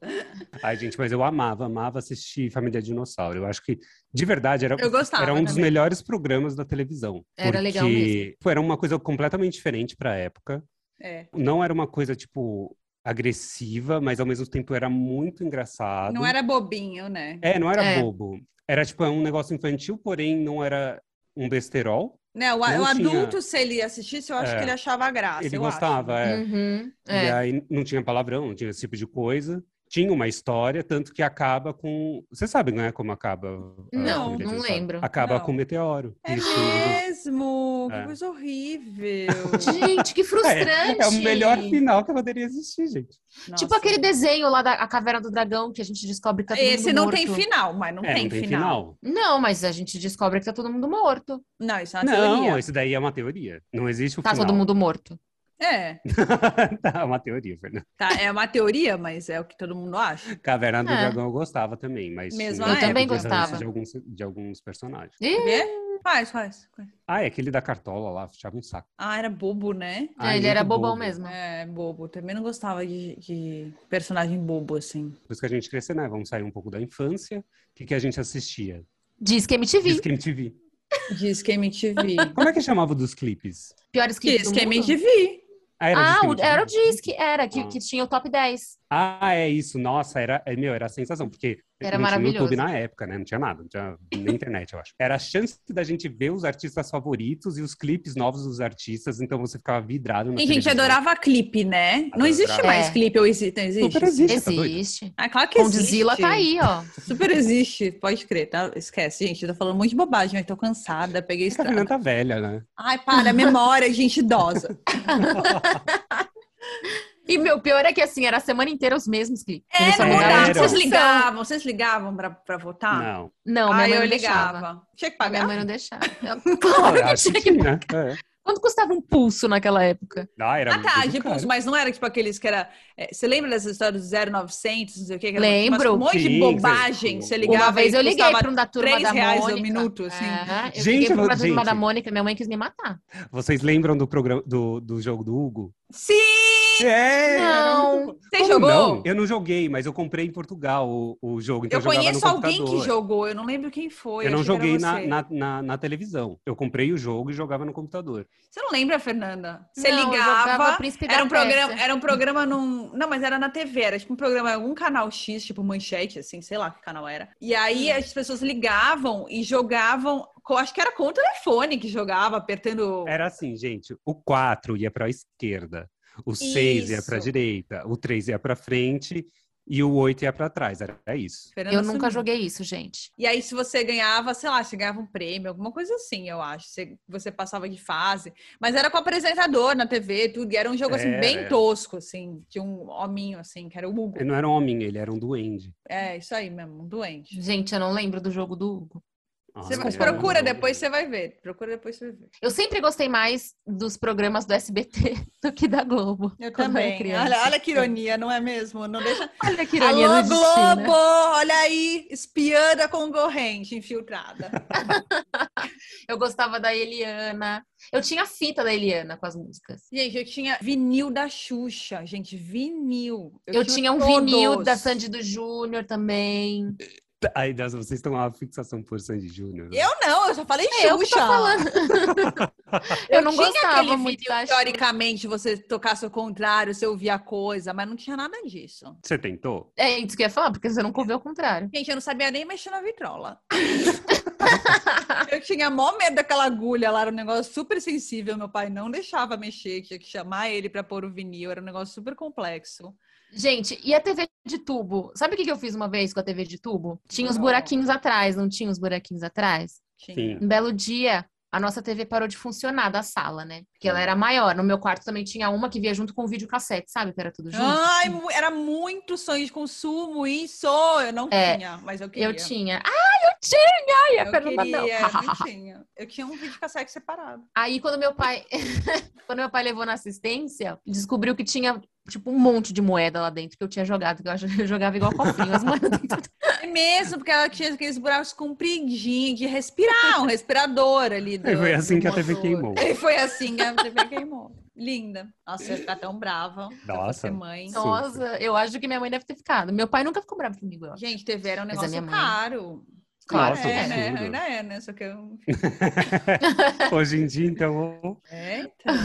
C: Ai, gente, mas eu amava, amava assistir Família Dinossauro. Eu acho que, de verdade, era,
B: Eu gostava né?
C: era um dos
B: também.
C: melhores programas da televisão.
A: Era legal mesmo.
C: pô, Era uma coisa completamente diferente pra época.
B: É.
C: Não era uma coisa, tipo, agressiva, mas ao mesmo tempo era muito engraçado.
B: Não era bobinho, né?
C: É, não era
A: É.
C: bobo. Era, tipo, um negócio infantil, porém não era um besterol.
B: Né, o,
C: Não
B: o
C: tinha.
B: adulto, se ele assistisse, eu acho
C: É.
B: que ele achava graça.
C: Ele
B: Ah, eu
C: gostava,
B: acho.
C: é.
A: Uhum,
C: E
A: é.
C: aí não tinha palavrão, não tinha esse tipo de coisa. Tinha uma história, tanto que acaba com. Você sabe, né? Como acaba. a
A: Não,
C: Família
A: não
C: Dinossauro?
A: lembro.
C: Acaba
B: Não.
C: com um meteoro.
B: É
C: Isso.
B: mesmo! Que
C: É.
B: coisa horrível!
A: Gente, que frustrante!
C: É, é o melhor final que poderia existir, gente.
A: Tipo
B: Nossa.
A: aquele desenho lá da a Caverna do Dragão, que a gente descobre que tá todo
B: Esse
A: mundo
B: não
A: morto.
B: tem final, mas não,
C: é,
B: tem,
C: não tem
B: final.
C: final.
A: Não, mas a gente descobre que tá todo mundo morto.
B: Não, isso é uma
C: Não,
B: teoria.
C: isso daí é uma teoria. Não existe o
A: Tá
C: final.
A: todo mundo morto.
B: É,
C: tá, é uma teoria, Fernando.
B: tá, é uma teoria, mas é o que todo mundo acha.
C: Caverna do
A: É.
C: Dragão eu gostava também, mas.
B: Mesmo
C: tinha
B: Eu também
C: dúvidas
A: gostava.
C: De alguns, de alguns personagens.
A: Ih,
B: Vê? Faz, faz. faz.
C: Ah, é aquele da cartola lá, fechava um saco.
B: Ah, era bobo, né?
A: É,
C: Ah,
A: ele
C: muito
A: era bobão
C: bobo.
A: mesmo.
B: É, bobo. Também não gostava de, de personagem bobo, assim.
C: Por isso que a gente cresceu, né? Vamos sair um pouco da infância. O que, que a gente assistia?
A: Diz que é MTV.
C: Disque MTV.
B: Diz que MTV.
C: Como é que chamava dos clipes?
A: Piores que
B: Diz
A: do
B: que é
A: mundo.
B: MTV.
C: Ah,
A: ah,
C: Disque
A: o-
C: MTV?
A: era o Diz que era, que,
C: Ah.
A: que tinha o top 10.
C: Ah, é isso. Nossa, era, é, meu, era a sensação, porque
A: Era
C: não tinha
A: maravilhoso.
C: YouTube na época, né? Não tinha nada, não tinha nem internet, eu acho. Era a chance da gente ver os artistas favoritos e os clipes novos dos artistas, então você ficava vidrado na
B: E, gente,
C: televisão.
B: adorava clipe, né? Não existe
C: Adorava.
B: mais
A: É.
B: clipe, ou existe? Não existe?
C: Super existe, tá doido?
A: Existe.
B: Ah, claro que existe.
A: Condizila tá aí, ó.
B: Super existe, pode crer, tá? Esquece, gente, eu tô falando um monte de bobagem, eu tô cansada, peguei
C: Essa menina
B: estrada.
C: tá velha, né?
B: Ai, para, memória, gente idosa.
A: E meu pior é que assim, era a semana inteira os mesmos clipes.
B: É,
A: Eles só
B: não
C: mudaram.
B: mudava.
A: de
B: Vocês
A: opção.
B: ligavam, vocês ligavam pra, pra votar?
C: Não.
A: Não, minha
B: Ah,
A: mãe
B: eu
A: não deixava.
B: ligava. Tinha que
A: Minha
B: pagar?
A: mãe não deixava.
C: Ah,
A: Claro
C: eu
A: que
C: acho
A: tinha
C: que
A: que...
C: tinha. É.
A: Quanto custava um pulso naquela época?
C: Ah, era
B: Ah, tá,
C: muito
B: de
C: caro.
B: pulso, mas não era tipo aqueles que era. é, você lembra dessas histórias do 0900, não sei o quê? que? era
A: Lembro.
B: Um monte de
C: Sim,
B: bobagem
C: sim.
B: que você
C: Uma
B: ligava.
A: Uma vez
B: e
A: eu liguei
B: custava
A: para um da turma
B: 3
A: da
B: reais
A: Mônica.
B: um minuto, assim.
A: É, eu
C: Gente,
A: liguei pra um da
C: eu-
A: turma da
C: gente.
A: Mônica, minha mãe quis me matar.
C: Vocês lembram do programa do, do jogo do Hugo?
B: Sim!
C: É! era
A: Não.
C: muito bom.
B: Você
C: Como
B: jogou?
C: não? Eu não joguei, mas eu comprei em Portugal o, o jogo. Então
B: eu
C: eu, jogava no
B: conheço alguém que
C: computador.
B: jogou, eu não lembro quem foi.
C: Eu não
B: achei que era
C: joguei na,
B: você.
C: na, na, na televisão. Eu comprei o jogo e jogava no computador.
B: Você não lembra, Fernanda? Você
A: Não, eu jogava
B: ligava.
A: Príncipe da
B: Era um, programa,
A: Pérsia.
B: era um programa num. Não, mas era na TV, era tipo um programa, algum canal X, tipo manchete, assim, sei lá que canal era. E aí
A: Hum.
B: as pessoas ligavam e jogavam. com- Acho que era com o telefone que jogava, apertando.
C: Era assim, gente. O 4 ia para a esquerda. O 6 ia
B: Isso.
C: para a direita. O 3 ia para frente. e o 8 ia para trás. Era era isso.
B: Esperando
A: Eu nunca
B: assumir.
A: joguei isso, gente.
B: E aí, se você ganhava, sei lá, você ganhava um prêmio, alguma coisa assim, eu acho. Você, você passava de fase. Mas era com o apresentador na TV, tudo. E era um jogo, assim,
C: Era,
B: bem
C: era.
B: tosco, assim. De um hominho, assim, que era o Hugo.
C: Ele não era um homem, ele era um duende.
B: É, isso aí mesmo, um doente.
A: Gente, eu não lembro do jogo do Hugo.
B: Você
C: Ah,
B: vai-
C: ele era um
B: procura,
C: duende.
B: depois você vai ver. Procura, depois você vai ver.
A: Eu sempre gostei mais dos programas do SBT do que da Globo.
B: Eu
A: quando era
B: também. é.
A: criança.
B: Olha, olha que ironia, não é mesmo? Não deixa...
A: Olha que ironia né?
B: Alô,
A: do destino.
B: Globo! Olha aí, espiando a concorrente infiltrada.
A: Eu gostava da Eliana. Eu tinha a fita da Eliana com as músicas.
B: Gente, eu tinha vinil da Xuxa, gente, vinil.
A: Eu, tinha um
B: todos.
A: vinil da Sandy do Júnior também.
C: Ai, nossa, vocês estão uma fixação por Sandy Júnior. né?
B: Eu não, eu só falei Xuxa.
A: É Eu que tô falando. Eu não
B: tinha
A: gostava
B: aquele
A: muito
B: vinil,
A: da Xuxa.
B: Teoricamente, você tocasse o contrário, você ouvia a coisa, mas não tinha nada disso.
C: Você tentou?
A: É isso que eu ia falar, porque você não ouviu ao contrário.
B: Gente, eu não sabia nem mexer na vitrola. eu tinha mó medo daquela agulha lá, era um negócio super sensível. Meu pai não deixava mexer, tinha que chamar ele pra pôr o vinil, era um negócio super complexo.
A: Gente, e a TV de tubo? Sabe o que que eu fiz uma vez com a TV de tubo? Tinha os
B: Não.
A: buraquinhos atrás, não tinha os buraquinhos atrás?
B: Tinha.
C: Sim.
A: Um belo dia, a nossa TV parou de funcionar da sala, né? Porque ela
C: Hum.
A: era maior. No meu quarto também tinha uma que via junto com o videocassete, sabe? Que era tudo junto.
B: Ai, mu- era muito sonho de consumo, isso! Eu não
A: É,
B: tinha, mas eu queria.
A: eu tinha. Ah, eu tinha! Ai, a
B: Eu
A: Fernanda não.
B: queria, não tinha. Eu tinha um vídeo cassete separado.
A: Aí quando meu pai quando meu pai levou na assistência, descobriu que tinha tipo um monte de moeda lá dentro que eu tinha jogado, que eu, acho- eu jogava igual cofrinho, as moedas dentro.
B: É mesmo, porque ela tinha aqueles buracos compridinhos de respirar, um respirador ali. Do,
C: E foi assim
B: do
C: que a TV
B: motor.
C: queimou.
B: E foi assim que a TV queimou. Linda. Nossa, você ficar tão brava. se eu fosse
C: Nossa.
B: mãe.
C: Super.
A: Nossa, eu acho que minha mãe deve ter ficado. Meu pai nunca ficou bravo comigo, eu acho.
B: Gente, TV era um
A: Mas a minha
B: negócio
A: mãe-
B: caro.
A: Claro.
C: Nossa,
B: é, né?
C: absurdo.
B: Ainda é, né? Só que eu...
C: Hoje em dia, então.
B: É, então.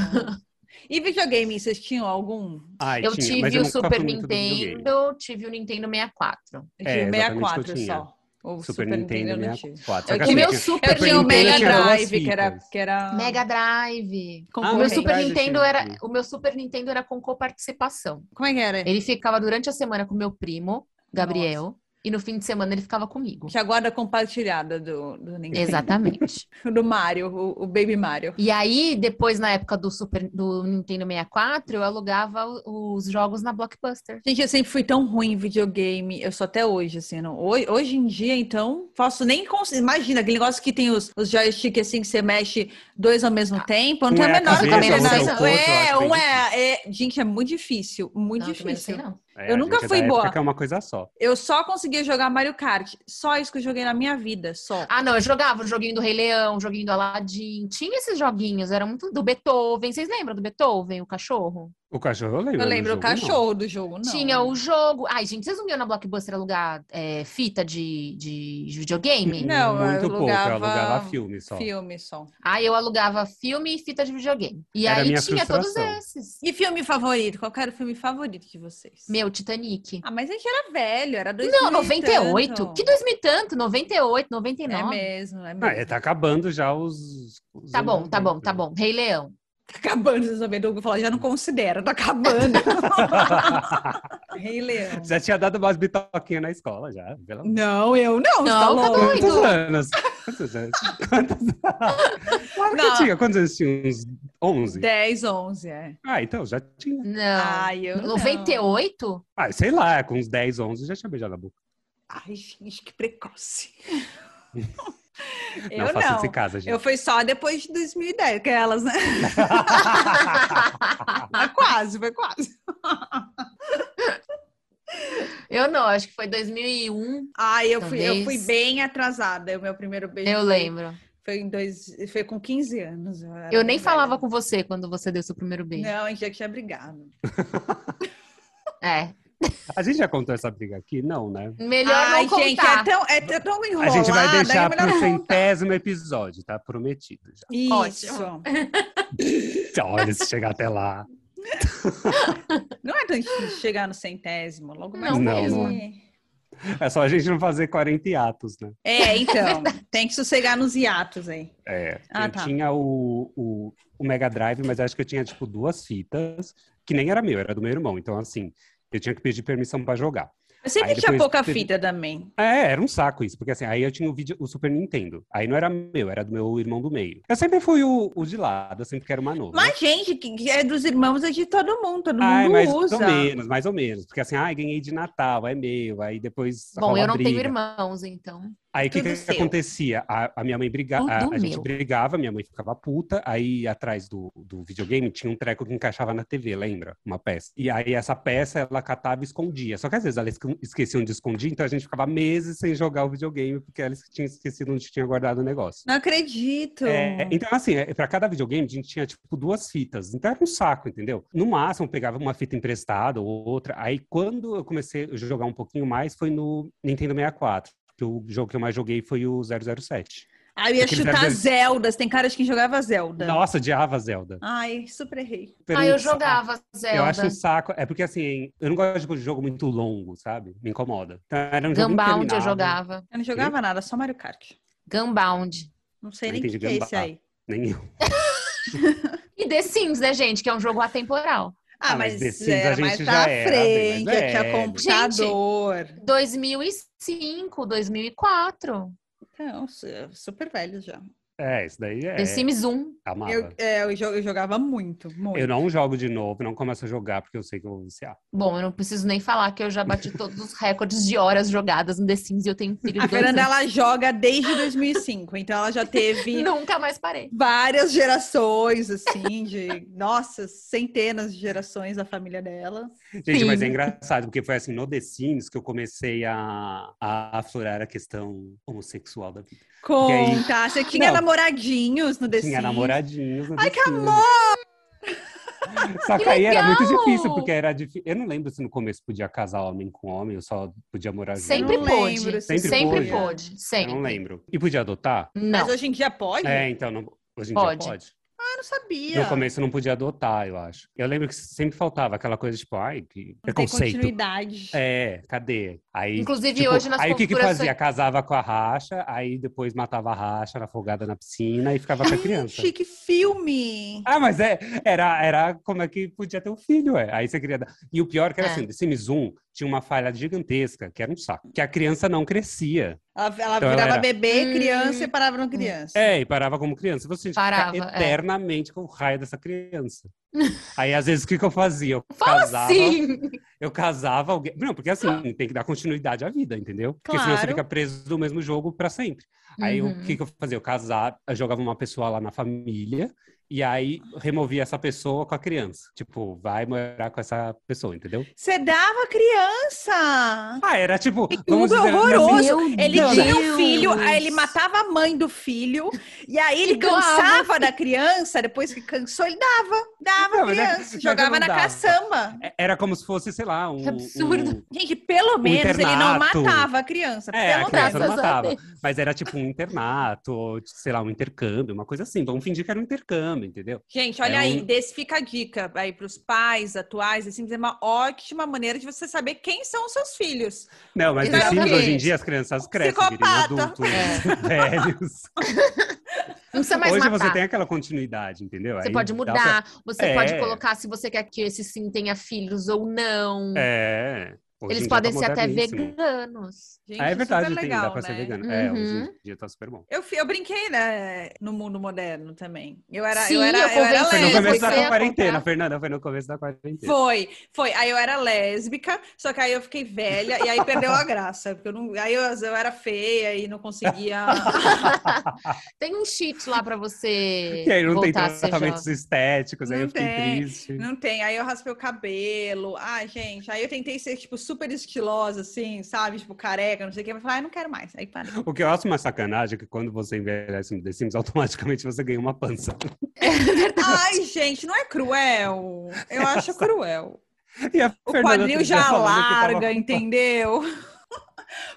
B: E videogame, vocês tinham algum?
C: Ai,
A: Eu
C: É, tinha, mas
A: tive
C: eu
A: o
C: nunca fui
A: Super
C: muito do videogame.
A: Nintendo, tive o Nintendo 64.
B: Eu um
C: É,
B: tive o
C: exatamente o que eu
B: 64
C: tinha.
B: só. Ou
C: Super, Nintendo,
B: eu não
C: né?
B: tive.
C: Quatro.
A: o
B: Eu
C: Só que
B: tinha-
C: assim,
A: meu
C: tinha-
A: Super
B: Eu tinha o
C: Nintendo
B: Mega
C: tinha
A: Nintendo,
C: duas
B: Drive, que era,
C: fitas. Ah,
B: que era
A: Mega Drive.
B: concorrente.
A: O meu Super
C: Drive eu
A: Nintendo
C: tive.
A: era, o meu Super Nintendo era com coparticipação.
B: Como é que era?
A: Ele ficava durante a semana com meu primo, Gabriel, e no fim de semana ele ficava comigo.
B: Tinha a guarda compartilhada do, do Nintendo.
A: Exatamente.
B: Do Mario, o, o Baby Mario.
A: E aí, depois, na época do Super do Nintendo 64, eu alugava o- os jogos na Blockbuster.
B: Gente, eu sempre fui tão ruim em videogame. Eu sou até hoje, assim. Não. Hoje, hoje em dia, então, faço nem... cons- Imagina, aquele negócio que tem os, os joystick, assim, que você mexe dois ao mesmo tempo. Eu não
C: Um
B: tenho
C: é
B: a
C: a
B: menor
A: cabeça, outro é o
B: coordenação.
A: corpo,
C: eu
B: É,
C: acho bem
B: um é, é... Gente, é muito difícil. Muito
A: Não, eu também não sei,
B: difícil.
A: não.
C: É,
B: Eu
C: a
B: nunca
C: gente é
B: fui
C: da
B: boa.
C: época que é uma coisa só.
B: Eu só conseguia jogar Mario Kart. Só isso que eu joguei na minha vida, só.
A: Ah, não, eu jogava o joguinho do Rei Leão, o joguinho do Aladdin. Tinha esses joguinhos, era muito do Beethoven. Vocês lembram do Beethoven, o cachorro?
C: O cachorro eu lembro.
B: Eu lembro o
C: do jogo, não. né?
B: cachorro do jogo, não.
A: Tinha o jogo. Ai, gente, vocês não iam na Blockbuster alugar é, fita de, de videogame?
B: Não, eu
C: muito pouco.
B: alugava-
C: Eu alugava filme só.
B: Filme só.
A: Ai, eu alugava filme e fita de videogame. E
C: Era a
A: aí
C: minha
A: tinha todos
C: frustração.
A: esses.
B: E filme favorito? Qual era o filme favorito de vocês?
A: Meu, Titanic.
B: Ah, mas a gente era velho, era dois
A: Não, 98? Que 2000 e tanto? 98, 99.
B: É mesmo, é mesmo.
C: Ah, é, tá acabando já os. os
A: Tá bom,
C: anos
A: tá bom,
C: 90,
A: tá
C: né?
A: bom. Rei Leão.
B: Tá acabando, vocês sabem, Douglas falar, já não considera, tá acabando. Rei Leão.
C: já tinha dado umas bitoquinhas na escola, já. Pelo amor
B: Não, eu não, você
A: Não, tá
B: louco.
A: doido.
C: Quantos anos? Quantos anos? Quantos... claro que
B: Não.
C: tinha. Quantos anos tinha? Uns 11?
B: 10, 11, é.
C: Ah, então, já tinha.
A: Não.
B: Ai, Ah, eu não.
A: 98?
C: Ah, sei lá, com uns 10, 11 já tinha beijado a boca.
B: Ai, gente, que precoce.
C: não
B: eu
C: faça
B: não.
C: isso em casa, gente.
B: Eu fui só depois de 2010, que elas, né? Mas quase, foi quase.
A: eu não, acho que foi 2001,
B: Ai, eu fui, eu
A: Talvez.
B: fui bem atrasada. O meu primeiro beijo
A: Então, eu
B: foi-
A: lembro.
B: Foi, em dois, foi com 15 anos. era
A: Eu nem
B: velha.
A: falava com você quando você deu seu primeiro beijo.
B: Não, a gente já tinha brigado.
A: É.
C: A gente já contou essa briga aqui? Não, né?
A: Melhor
B: Ai,
A: não contar.
B: gente, é tão, é t- tão
C: A
B: enrolada.
C: gente vai
B: é
C: deixar
B: melhor
C: pro
B: não-
C: centésimo episódio, tá? Prometido já.
B: Isso.
C: Então, olha, se chegar até lá.
B: Não é tão difícil chegar no centésimo, logo mais
A: Não
C: mesmo. É só a gente não fazer 40 hiatos, né?
B: É, então, tem que sossegar nos hiatos aí.
C: É.
B: Ah,
C: eu
B: tá.
C: tinha o, o, o Mega Drive, mas acho que eu tinha, tipo, duas fitas, que nem era meu, era do meu irmão. Então, assim, eu tinha que pedir permissão pra jogar.
B: Eu sei
C: Aí
B: que tinha
C: depois
B: pouca
C: teve-
B: fita também.
C: É, era um saco isso, porque assim, aí eu tinha o vídeo, o Super Nintendo. Aí não era meu, era do meu irmão do meio. Eu sempre fui o, o de lado, eu sempre quero uma nova.
B: Mas, gente, que que é dos irmãos é de todo mundo, todo mundo
C: Ai, mais
B: usa.
C: ou menos, mais ou menos. Porque assim, ai, ganhei de Natal, é meu. Aí depois.
A: Bom,
C: rola
A: eu não tenho
C: briga.
A: irmãos, então.
C: Aí o que,
B: Tudo
C: que
B: seu.
C: acontecia? A, a minha mãe brigava, a,
A: Tudo
C: a gente
A: meu.
C: brigava, minha mãe ficava puta, aí atrás do, do videogame tinha um treco que encaixava na TV, lembra? Uma peça. E aí essa peça ela catava e escondia. Só que às vezes elas esque- esqueciam de esconder, então a gente ficava meses sem jogar o videogame, porque elas tinham esquecido onde tinha guardado o negócio.
B: Não acredito.
C: É, então, assim, é, pra cada videogame a gente tinha, tipo, duas fitas. Então era um saco, entendeu? No máximo, eu pegava uma fita emprestada ou outra. Aí, quando eu comecei a jogar um pouquinho mais, foi no Nintendo 64. Que o jogo que eu mais joguei foi o 007.
B: Aí eu ia
C: aquele
B: chutar
C: Zelda-
B: Zeldas. Tem cara de quem jogava Zelda.
C: Nossa, odiava Zelda.
B: Ai, super errei.
C: Super
A: Tá. Ah, eu
C: um saco.
A: jogava Zelda.
C: Eu acho um saco. É porque, assim, eu não gosto de jogo muito longo, sabe? Me incomoda. Então, era um jogo
A: Gunbound eu
C: interminável.
A: jogava.
B: Eu não jogava nada, só Mario Kart.
A: Gunbound.
B: Não sei
C: Eu
B: nem o que,
C: entendi
B: que é esse
C: gambá.
B: aí.
C: Nem eu.
A: E The Sims, né, gente? Que é um jogo atemporal.
B: Ah,
C: Ah, mas
B: mas,
C: The Sims
B: era
C: a gente
B: mais
C: já
B: pra
C: era, bem
B: frente,
C: mais
B: tinha
C: velho.
B: computador.
A: 2005, 2004.
B: Então, su- super velho já.
C: É, isso daí é.
A: The Sims 1.
C: Amava.
B: Eu, é, eu jo- eu jogava muito, muito.
C: Eu não jogo de novo, não começo a jogar porque eu sei que eu vou viciar.
A: Bom, eu não preciso nem falar que eu já bati todos os recordes de horas jogadas no The Sims e eu tenho um filho
B: A
A: de dois
B: Fernanda,
A: anos.
B: ela joga desde 2005, então ela já teve
A: Nunca mais parei.
B: várias gerações, assim, de, nossa, centenas de gerações da família dela.
C: Gente, mas é
A: Sim.
C: engraçado, porque foi assim, no The Sims que eu comecei a, a aflorar a questão homossexual da vida. aí-
B: Conta, você tinha
C: Não.
B: namoradinhos no The
C: Tinha
B: Sims.
C: namoradinhos no
B: Ai,
C: The
B: que
C: Sims. amor! Só que,
A: Que
C: aí era muito
A: legal!
C: difícil, porque era difícil. Eu não lembro se no começo podia casar homem com homem, eu só podia morar junto.
A: Sempre
B: Não
A: pôde.
B: lembro se
A: Sempre,
C: Sempre
A: sempre
C: pôde.
A: pôde.
C: Eu
A: Sempre.
C: não lembro. E podia adotar?
A: Não.
B: Mas hoje em dia pode?
C: É, então, não- hoje em
A: Pode.
C: dia pode.
B: Eu não sabia.
C: No começo não podia adotar, eu acho. Eu lembro que sempre faltava aquela coisa, tipo, ai, que
B: Não tem
C: preconceito.
B: continuidade.
C: É, cadê? Aí,
A: Inclusive, hoje nas
C: Tipo, Aí o que que
A: configurações-
C: fazia? Casava com a racha, aí depois matava a racha na folgada na piscina e ficava com a criança.
B: Chique filme!
C: Ah, mas é, era, era como é que podia ter um filho, é. Aí você queria dar. E o pior que era
A: É.
C: assim, The Sims 1 tinha uma falha gigantesca, que era um saco. Que a criança não crescia.
B: Ela, ela
C: Então ela
B: virava
C: era-
B: bebê,
A: Hum.
B: criança e parava no criança.
C: É, e parava como criança. Você tinha que
A: Parava,
C: ficar
A: é.
C: eternamente com o raio dessa criança. Aí, às vezes, o que, que eu fazia? Eu
A: Fala assim!
C: casava,
A: sim!
C: eu casava alguém. Não, porque assim, tem que dar continuidade à vida, entendeu? Porque senão você
B: Claro.
C: fica preso no mesmo jogo pra sempre. Aí
A: Uhum.
C: o que, que eu fazia? Eu casava, eu jogava uma pessoa lá na família e aí removia essa pessoa com a criança. Tipo, vai morar com essa pessoa, entendeu?
B: Você dava criança!
C: Ah, era tipo.
B: Que
C: vamos
B: mundo
C: dizer
B: horroroso!
C: assim,
A: Meu
B: Ele
A: Deus.
B: tinha um filho, aí ele matava a mãe do filho, e aí ele
A: E doava.
B: cansava da criança, depois que cansou, ele dava, dava
C: Não, mas é-
B: criança,
C: mas
B: jogava
C: não
B: na
C: dava.
B: caçamba.
C: é, era como se fosse, sei lá, um.
A: Que absurdo.
C: um-
B: Gente, pelo menos ele não
C: internato.
B: matava a criança.
C: É,
B: pelo
C: a criança
B: menos.
C: não
A: Graças a
C: matava. Mas era tipo um internato, ou, sei lá, um intercâmbio, uma coisa assim. Vamos fingir que era um intercâmbio, entendeu?
B: Gente, olha
C: É
B: aí,
C: um-
B: desse fica a dica aí para os pais atuais, assim, é uma ótima maneira de você saber quem são os seus filhos.
C: Não, mas The Sims,
A: Exatamente.
C: hoje em dia as crianças crescem, viram
B: Psicopata.
C: adultos, velhos.
A: É. Não precisa mais
C: hoje
A: matar.
C: você tem aquela continuidade, entendeu?
A: Você
C: Aí
A: pode
C: dá
A: mudar, você
C: É.
A: pode colocar se você quer que esse sim tenha filhos ou não.
C: pra- É. hoje em
A: Eles
C: dia
A: podem
C: tá
A: ser até
C: moderníssimo.
A: veganos.
B: Gente,
C: Ah, é verdade,
B: super
C: tem,
B: legal,
C: dá pra ser
B: né?
C: vegano. É, hoje
A: Uhum.
C: em dia tá super bom.
B: Eu, fi- eu brinquei, né, no mundo moderno também. Eu era,
A: Sim,
B: eu era,
A: eu
B: eu era
A: convenci
C: Foi no
A: Mas
C: começo
A: você
C: da
A: ia
B: lésbica.
C: quarentena,
A: comprar-
C: Fernanda, foi no começo da quarentena.
B: Foi, foi. Aí eu era lésbica, só que aí eu fiquei velha e aí perdeu a graça. Porque eu não, aí eu, eu era feia e não conseguia.
A: Tem um cheat lá pra você
C: E aí não tem
A: voltar a ser
C: tratamentos
A: jovem.
C: estéticos, aí
B: Não
C: eu fiquei
B: tem.
C: triste.
B: Não tem. Aí eu raspei o cabelo. Ai, gente. Aí eu tentei ser, tipo, super estilosa, assim, sabe? Tipo, careca, não sei o que. Eu falei, ai, não quero mais. Aí parei.
C: O que eu acho uma sacanagem é que quando você envelhece no The Sims, automaticamente você ganha uma pança.
B: Ai, gente, não é cruel? Eu acho cruel.
C: E a
B: O
C: Fernanda
B: quadril
C: outro dia
B: já
C: falando que tava
B: alarga,
C: com-
B: entendeu?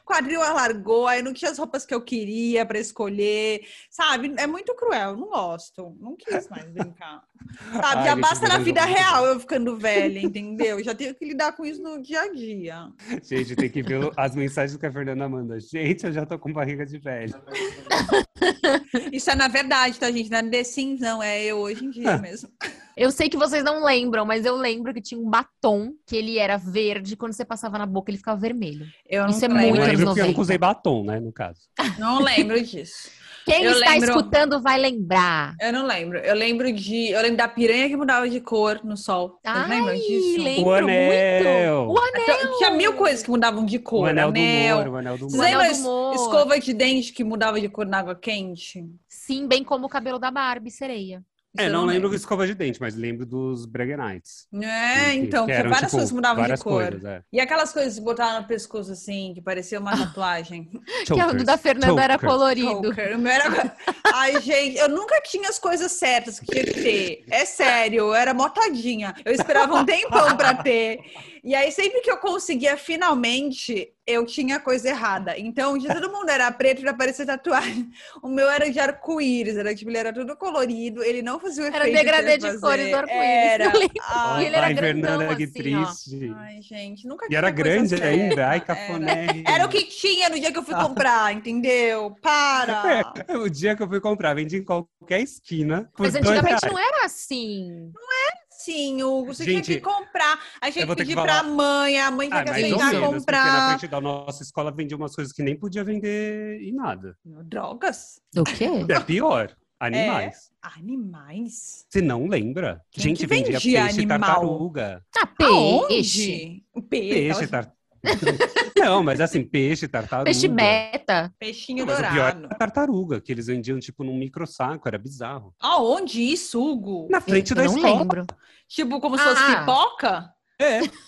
B: O quadril alargou, aí não tinha as roupas que eu queria para escolher, sabe? É muito cruel, não gosto, não quis mais brincar. Sabe,
C: Ai,
B: já
C: gente,
B: basta na
C: mas é
B: vida
C: muito
B: real eu ficando velha, entendeu? Já tenho que lidar com isso no dia a dia.
C: Gente, tem que ver o- as mensagens que a Fernanda manda. Gente, eu já tô com barriga de velho.
B: Isso é na verdade, tá, gente? Não é The Sims, não, é eu hoje em dia mesmo.
A: Eu sei que vocês não lembram, mas eu lembro que tinha um batom que ele era verde, quando você passava na boca ele ficava vermelho.
B: Eu não
A: Isso é
B: lembro.
A: muito
C: eu lembro porque Um eu
A: 90.
C: nunca usei batom, né, no caso.
B: Não lembro disso.
A: Quem
B: Eu
A: está
B: lembro-
A: escutando vai lembrar.
B: Eu não lembro. Eu lembro de. Eu lembro da piranha que mudava de cor no sol. Vocês
A: Ai,
B: lembram disso?
A: lembro
C: O anel.
A: muito. O anel.
B: Então, Tinha mil coisas que mudavam de cor.
C: o Um anel, do humor, o anel do
A: O
B: Vocês
C: humor.
A: anel
B: lembram
A: do humor.
B: es- escova de dente que mudava de cor na água quente?
A: Sim, bem como o cabelo da Barbie, sereia.
B: Isso
C: É,
B: eu
C: não lembro de escova de dente, mas lembro dos Bragg Knights.
B: É,
C: Que-
B: então,
C: que
B: porque
C: eram,
B: várias
C: tipo,
B: coisas mudavam
C: várias
B: de cor.
C: coisas, é.
B: E aquelas coisas que botavam no pescoço, assim, que parecia uma tatuagem.
A: Que é o do da
C: Chokers.
A: Fernanda era
C: Chokers.
A: colorido.
B: Choker. O meu era- Ai, gente, eu nunca tinha as coisas certas que tinha que ter. É sério, eu era motadinha. Eu esperava um tempão pra ter. E aí, sempre que eu conseguia, finalmente, eu tinha a coisa errada. Então, de todo mundo era preto pra parecer tatuagem. O meu era de arco-íris, era tipo, ele era tudo colorido, ele não fazia o
A: Era
B: efeito. que
A: degradê
B: eu
A: de
B: ia fazer.
A: cores do arco-íris,
B: Era.
A: eu lembro.
B: Ai,
A: E ele era
C: Ai,
A: grandão,
C: Fernanda, que
A: assim, ó.
C: triste.
B: ai, gente, nunca
C: E era
B: tinha coisa
C: grande
B: certa.
C: ainda. Ai,
B: Era.
C: cafoné.
B: Era o que tinha no dia que eu fui comprar, entendeu? Para!
C: O dia que eu fui comprar, vendi em qualquer esquina. Por
A: Mas
C: dois
A: antigamente
C: reais.
A: não era assim.
B: Sim, Hugo, você
C: Gente,
B: tinha que comprar. A gente
C: vou ter
B: pedir
C: que
B: pra
C: falar.
B: mãe, a mãe tinha
C: Ah,
B: que
C: mais ou
B: aceitar
C: menos, porque na
B: comprar.
C: frente da nossa escola vendia umas coisas que nem podia vender em nada.
B: Drogas?
A: Do quê?
C: É pior, animais.
A: É.
B: Animais?
C: Você não lembra?
B: Quem
C: Gente,
B: que
C: vendia,
B: vendia
C: peixe e
B: animal?
C: tartaruga.
A: Ah, peixe.
B: Aonde? Um Peixe.
C: Peixe, tá.
B: aquelas-
C: tartaruga. não, mas assim, peixe, tartaruga.
A: então, Peixe beta.
B: Peixinho
C: Mas o pior
B: dourado.
C: era tartaruga, que eles vendiam tipo num micro saco, era bizarro.
B: Aonde isso, Hugo?
C: Na frente
A: Eu
C: da
A: não
C: escola.
A: lembro.
B: Tipo, como se fosse
A: Ah.
B: pipoca?
C: É.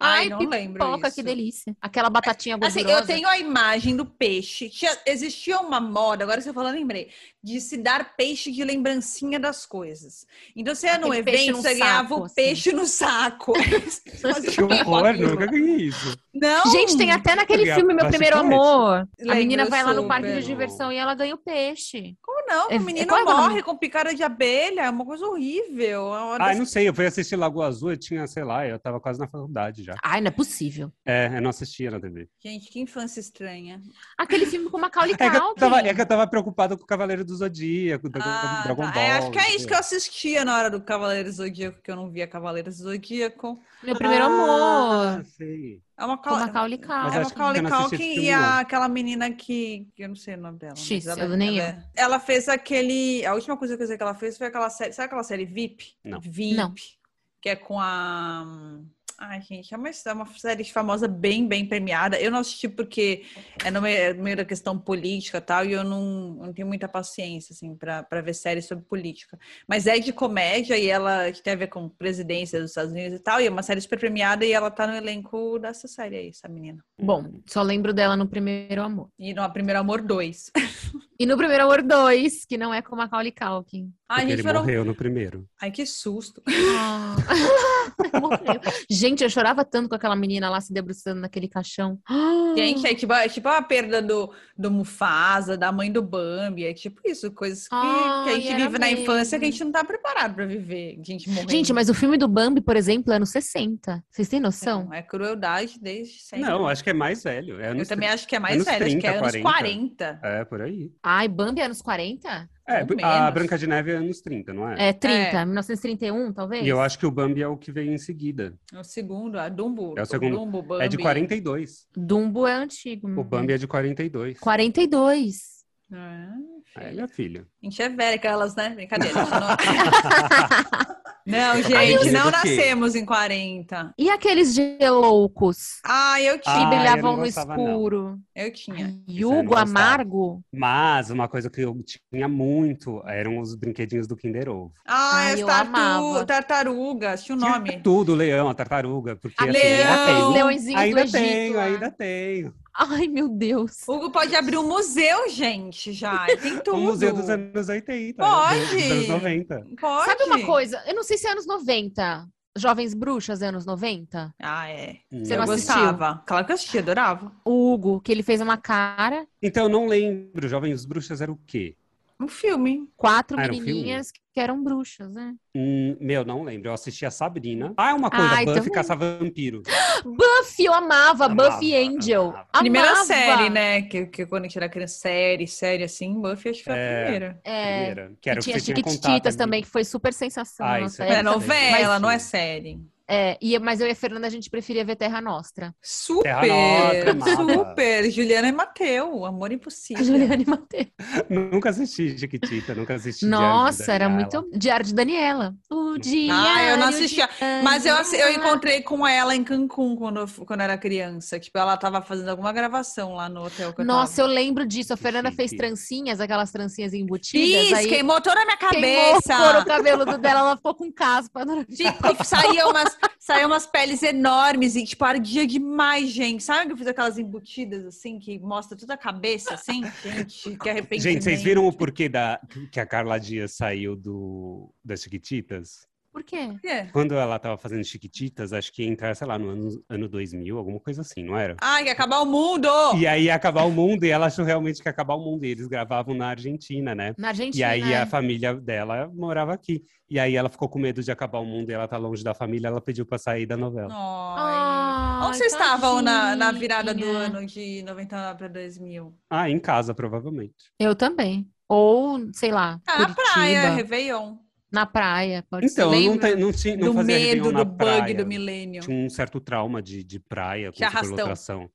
A: Ai,
B: não lembro
A: pipoca,
B: isso.
A: que delícia. Aquela batatinha
B: Assim,
A: gordurosa.
B: eu tenho a imagem do peixe. Tinha- existia uma moda, agora você falou, eu lembrei, de se dar peixe de lembrancinha das coisas. Então, você ia num
A: Aquele peixe
B: evento,
A: num
B: você ganhava o
A: saco, assim.
B: peixe no saco.
C: um Que horror, nunca ganhei isso.
B: Não!
A: Gente, tem até naquele
C: Porque
A: filme
C: a
A: Meu
C: Plastic
A: Primeiro
C: Plastic.
A: Amor. A
B: um Lembro
A: menina vai lá no
B: super.
A: parque de diversão e ela ganha o peixe.
B: Como não?
A: É-
B: O menino
A: qual é o nome?
B: morre com picada de abelha, é uma coisa horrível. É uma
C: Ah,
B: das-
C: não sei, eu fui assistir Lagoa Azul, eu tinha, sei lá, eu tava quase na faculdade já.
A: Ai, não é possível.
C: É, eu não assistia na TV.
B: Gente, que infância estranha.
A: Aquele filme com Macaulay
C: É que, eu
A: Culkin.
C: tava, é que eu tava preocupado com o Cavaleiro do Zodíaco, Dragon,
B: Ah,
C: Dragon
B: tá.
C: Ball.
B: É, acho que é isso que eu assistia na hora do Cavaleiro Zodíaco, que eu não via Cavaleiro Zodíaco.
A: Meu Primeiro
C: Ah,
A: Amor.
C: sei.
B: É uma
A: Com
B: cal...
A: Macaulay
C: Mas
B: é
A: Culkin.
C: acho que eu
B: Macaulay
C: não assisti esse
B: Culkin
C: filme,
B: e a-
C: não.
B: aquela menina que. que Eu não sei o nome dela. mas
A: X,
B: ela, é-
A: eu nem
B: ela, ela fez aquele. A última coisa que eu sei que ela fez foi aquela série. Sabe aquela série VIP?
C: Não.
B: VIP.
A: Não.
B: Que é com a. Ai, gente, é uma, é uma série famosa bem, bem premiada. Eu não assisti porque é no meio, é no meio da questão política e tal, e eu não, eu não tenho muita paciência, assim, pra, pra ver séries sobre política. Mas é de comédia e ela que tem a ver com presidência dos Estados Unidos e tal, e é uma série super premiada e ela tá no elenco dessa série aí, essa menina.
A: Bom, só lembro dela no Primeiro Amor.
B: E no Primeiro Amor 2.
A: E no Primeiro Amor 2, que não é com Macaulay Culkin.
B: Ai,
C: Porque
B: gente,
C: ele
B: foram...
C: morreu Hum. no primeiro.
B: Ai, que susto.
A: Ah. Morreu. Gente, eu chorava tanto com aquela menina lá se debruçando naquele caixão.
B: Gente, é tipo, é tipo a perda do, do Mufasa, da mãe do Bambi. É tipo isso, coisas que, que a
A: Ai,
B: gente
A: era
B: vive na
A: mesmo.
B: infância que a gente não tá preparado pra viver. Gente morrendo.
A: Gente, mas o filme do Bambi, por exemplo, é anos 60. Vocês têm noção?
B: É crueldade desde sempre.
C: Não, acho que é mais velho. É
B: Eu
C: anos
B: também acho que é mais
C: anos
B: velho, acho que é
C: 30,
B: anos 40.
C: 30. É, por aí.
A: Ai, Bambi é anos 40?
C: É,
B: Ou
C: a
B: menos.
C: Branca de Neve é anos 30, não é?
A: É, 30,
B: É.
A: 1931, talvez?
C: E eu acho que o Bambi é o que veio em seguida.
B: É o segundo, a Dumbo.
C: É o segundo.
B: Dumbo,
C: É de
B: Bambi. Uhum.
C: 42.
A: Dumbo é antigo.
C: O Bambi é de 42.
A: 42.
B: É,
C: É,
B: filho.
C: minha filha.
B: A gente é velha, aquelas, né? Brincadeira. a gente Não, não
C: Ai, eu
B: gente, não
C: lembro que-
B: nascemos em 40.
A: e aqueles geloucos
B: Ah, eu
A: que
C: Ah, eu
B: tinha.
A: brilhavam
C: não
A: no
C: gostava, não.
A: escuro?
B: Eu tinha.
A: E
C: eu não
A: Hugo
C: gostava.
A: Amargo?
C: Mas uma coisa que eu tinha muito eram os brinquedinhos do Kinder Ovo.
B: Ah,
A: Ai,
B: as
A: eu
B: tartu-
A: amava.
B: tartarugas, tinha o nome.
C: Tinha tudo, o leão, a tartaruga. Porque,
A: Ah,
C: assim,
B: leão!
C: ainda tenho,
A: Leõezinhos do
C: ainda
A: Egito, é.
C: tenho,
A: lá.
C: ainda tenho.
A: Ai, meu Deus.
B: Hugo pode abrir um museu, gente, já. Tem tudo.
C: O Museu dos anos 80.
B: Pode!
C: Dos anos 90.
B: Pode.
A: Sabe uma coisa? Eu não sei se é anos 90. Jovens Bruxas, é anos 90.
B: Ah, é.
A: Você
B: eu
A: não
C: Hum.
A: assistiu?
B: gostava. Claro que eu assistia, adorava.
A: O Hugo, que ele fez uma cara.
C: Então, eu não lembro. Jovens Bruxas era o quê?
B: Um filme.
A: Quatro
C: Ah, era um
A: menininhas que eram bruxas, né?
C: Hum, meu, não lembro. Eu assisti a Sabrina. Ah, é uma coisa,
A: Ai,
C: Buffy
A: também.
C: caça vampiro.
A: Buffy, eu amava,
C: Amava,
A: Buffy Angel.
C: amava.
B: Primeira
A: Amava.
B: série, né? Que, que quando a gente era criança, série, série assim, Buffy acho que foi
C: É.
B: a primeira.
A: É,
C: Primeira, que era
A: e
C: o que
A: tinha
C: você tinha contado
A: Chiquititas
C: ali.
A: também, que foi super sensação.
C: Ah,
A: na
C: isso
A: nossa
C: é
B: É,
A: época.
C: verdade.
B: novela,
C: Mas-
B: não é série.
A: É, e, mas eu e a Fernanda, a gente preferia ver Terra Nostra.
B: Super!
C: Terra Nostra, amava.
B: super! Juliana e Mateu, Amor Impossível.
A: Juliana e Mateus.
C: Nunca assisti Chiquitita, nunca assisti.
A: Nossa,
C: Diário de
A: era
C: Daniela.
A: muito... Diário de Daniela. O dia
B: Ah, eu não assistia. Mas eu, assi- eu encontrei com ela em Cancún quando eu, fu- quando eu era criança. Tipo, ela tava fazendo alguma gravação lá no hotel que eu
A: Nossa,
B: tava.
A: eu lembro disso. A Fernanda fez
C: chique.
A: trancinhas, aquelas trancinhas embutidas.
B: Fiz,
A: aí
B: queimou toda a minha
A: queimou
B: cabeça.
A: couro o cabelo do dela, ela ficou com caspa. durante-
B: Tipo, saía umas, saía umas peles enormes e, tipo, ardia demais, gente. Sabe que eu fiz aquelas embutidas, assim, que mostra toda a cabeça, assim? Gente, que arrependimento.
C: Gente, vocês viram o porquê da, que a Carla Dias saiu do, das Chiquititas?
A: Por quê?
B: É.
C: Quando ela tava fazendo Chiquititas, acho que ia entrar, sei lá, no ano, ano 2000, alguma coisa assim, não era?
B: Ai, ia acabar o mundo!
C: E aí ia acabar o mundo, e ela achou realmente que ia acabar o mundo. E eles gravavam na Argentina, né?
A: Na Argentina.
C: E aí
A: é.
C: a família dela morava aqui. E aí ela ficou com medo de acabar o mundo e ela tá longe da família, ela pediu pra sair da novela.
B: Ai.
A: Ai,
B: Onde vocês estavam na, na
A: Ah, tadinha.
B: virada do ano de 99 para 2000?
C: Ah, em casa, provavelmente.
A: Eu também. Ou, sei lá,
B: Ah, na
A: Curitiba,
B: praia, Réveillon.
A: na praia, pode
C: Então,
A: ser.
C: eu não,
A: Lembra?
C: te- não, tinha, não
B: do
C: fazia
B: medo,
C: Réveillon na
B: do bug
C: praia.
B: do milênio.
C: Tinha um certo trauma de, de praia, com
B: De arrastão.
C: superlotação.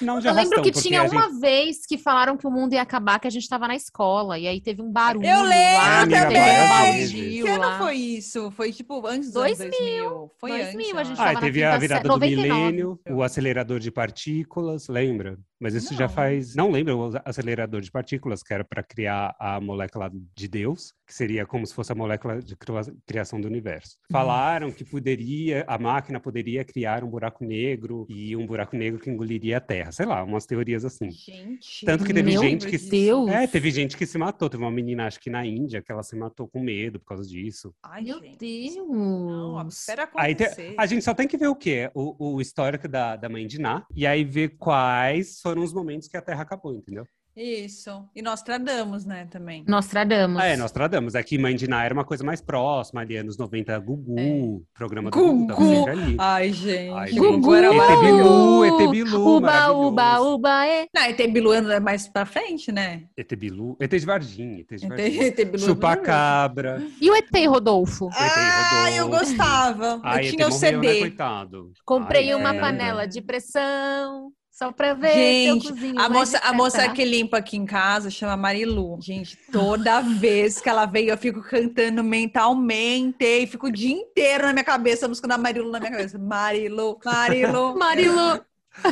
C: Não, de
A: Eu lembro
C: arrastão,
A: que
C: porque
A: tinha
C: a
A: uma
C: gente-
A: vez que falaram que o mundo ia acabar, que a gente tava na escola, e aí teve um barulho.
B: Eu lembro
A: lá,
C: Ah, Amiga,
A: teve um
C: várias
A: baldio
B: Que
C: vezes.
A: lá.
B: ano foi isso? Foi tipo antes dos anos
A: 2000.
B: 2000. Foi
A: 2000,
B: antes.
A: a
B: eu
A: gente
B: acho.
A: tava
C: Ah, e
A: na
C: teve
A: quinta
C: a
A: sé-
C: virada
A: 99.
C: do milênio, o acelerador de partículas, lembra? Mas isso já
B: Não.
C: faz. Não lembra o acelerador de partículas, que era para criar a molécula de Deus, que seria como se fosse a molécula de crua- criação do universo.
A: Hum.
C: Falaram que poderia, a máquina poderia criar um buraco negro e um buraco negro que engoliria a Terra. Sei lá, umas teorias assim.
B: Gente,
C: Tanto que teve
A: Meu
C: gente que-
A: Deus.
C: É, teve gente que se matou. Teve uma menina, acho que na Índia, que ela se matou com medo por causa disso.
B: Ai,
A: Meu
B: gente.
A: Deus.
B: Não, espera
C: Aí te-
B: acontecer.
C: a gente só tem que ver o quê? O, o histórico da, da mãe de Ná. E aí ver quais foram os momentos que a Terra acabou, entendeu?
B: Isso. E nós tradamos, né, também.
A: Nostradamus.
C: Ah, é, nós tradamos. É que mãe de Ná era uma coisa mais próxima, ali anos 90, Gugu, programa do
B: Gugu.
C: Gugu, tava sempre ali.
B: Ai, gente.
C: Ai, gente.
B: Gugu
A: Gugu
B: era
C: ET
B: maravilhoso.
C: Bilu, ET Bilu,
A: Uba,
C: maravilhoso.
A: uba, uba, é.
B: Não, ET Bilu é mais pra frente, né?
C: ET Bilu, ET de Varginha, ET de Varginha.
B: ET Bilu. é
C: Chupacabra,
A: E o ET, Rodolfo?
B: maravilhoso. Ah, eu gostava.
C: Ah,
B: eu
C: ET
B: tinha o
C: morreu, né,
B: CD.
C: coitado.
A: Comprei
C: Ai, é.
A: uma
B: é.
C: caramba.
A: panela de pressão, só pra ver
B: Gente,
A: se eu cozinho.
B: A
A: mais
B: moça, a moça
A: depressa.
B: que limpa aqui em casa chama Marilu. Gente, toda vez que ela veio, eu fico cantando mentalmente e fico o dia inteiro na minha cabeça, a música da Marilu na minha cabeça. Marilu, Marilu.
A: Marilu,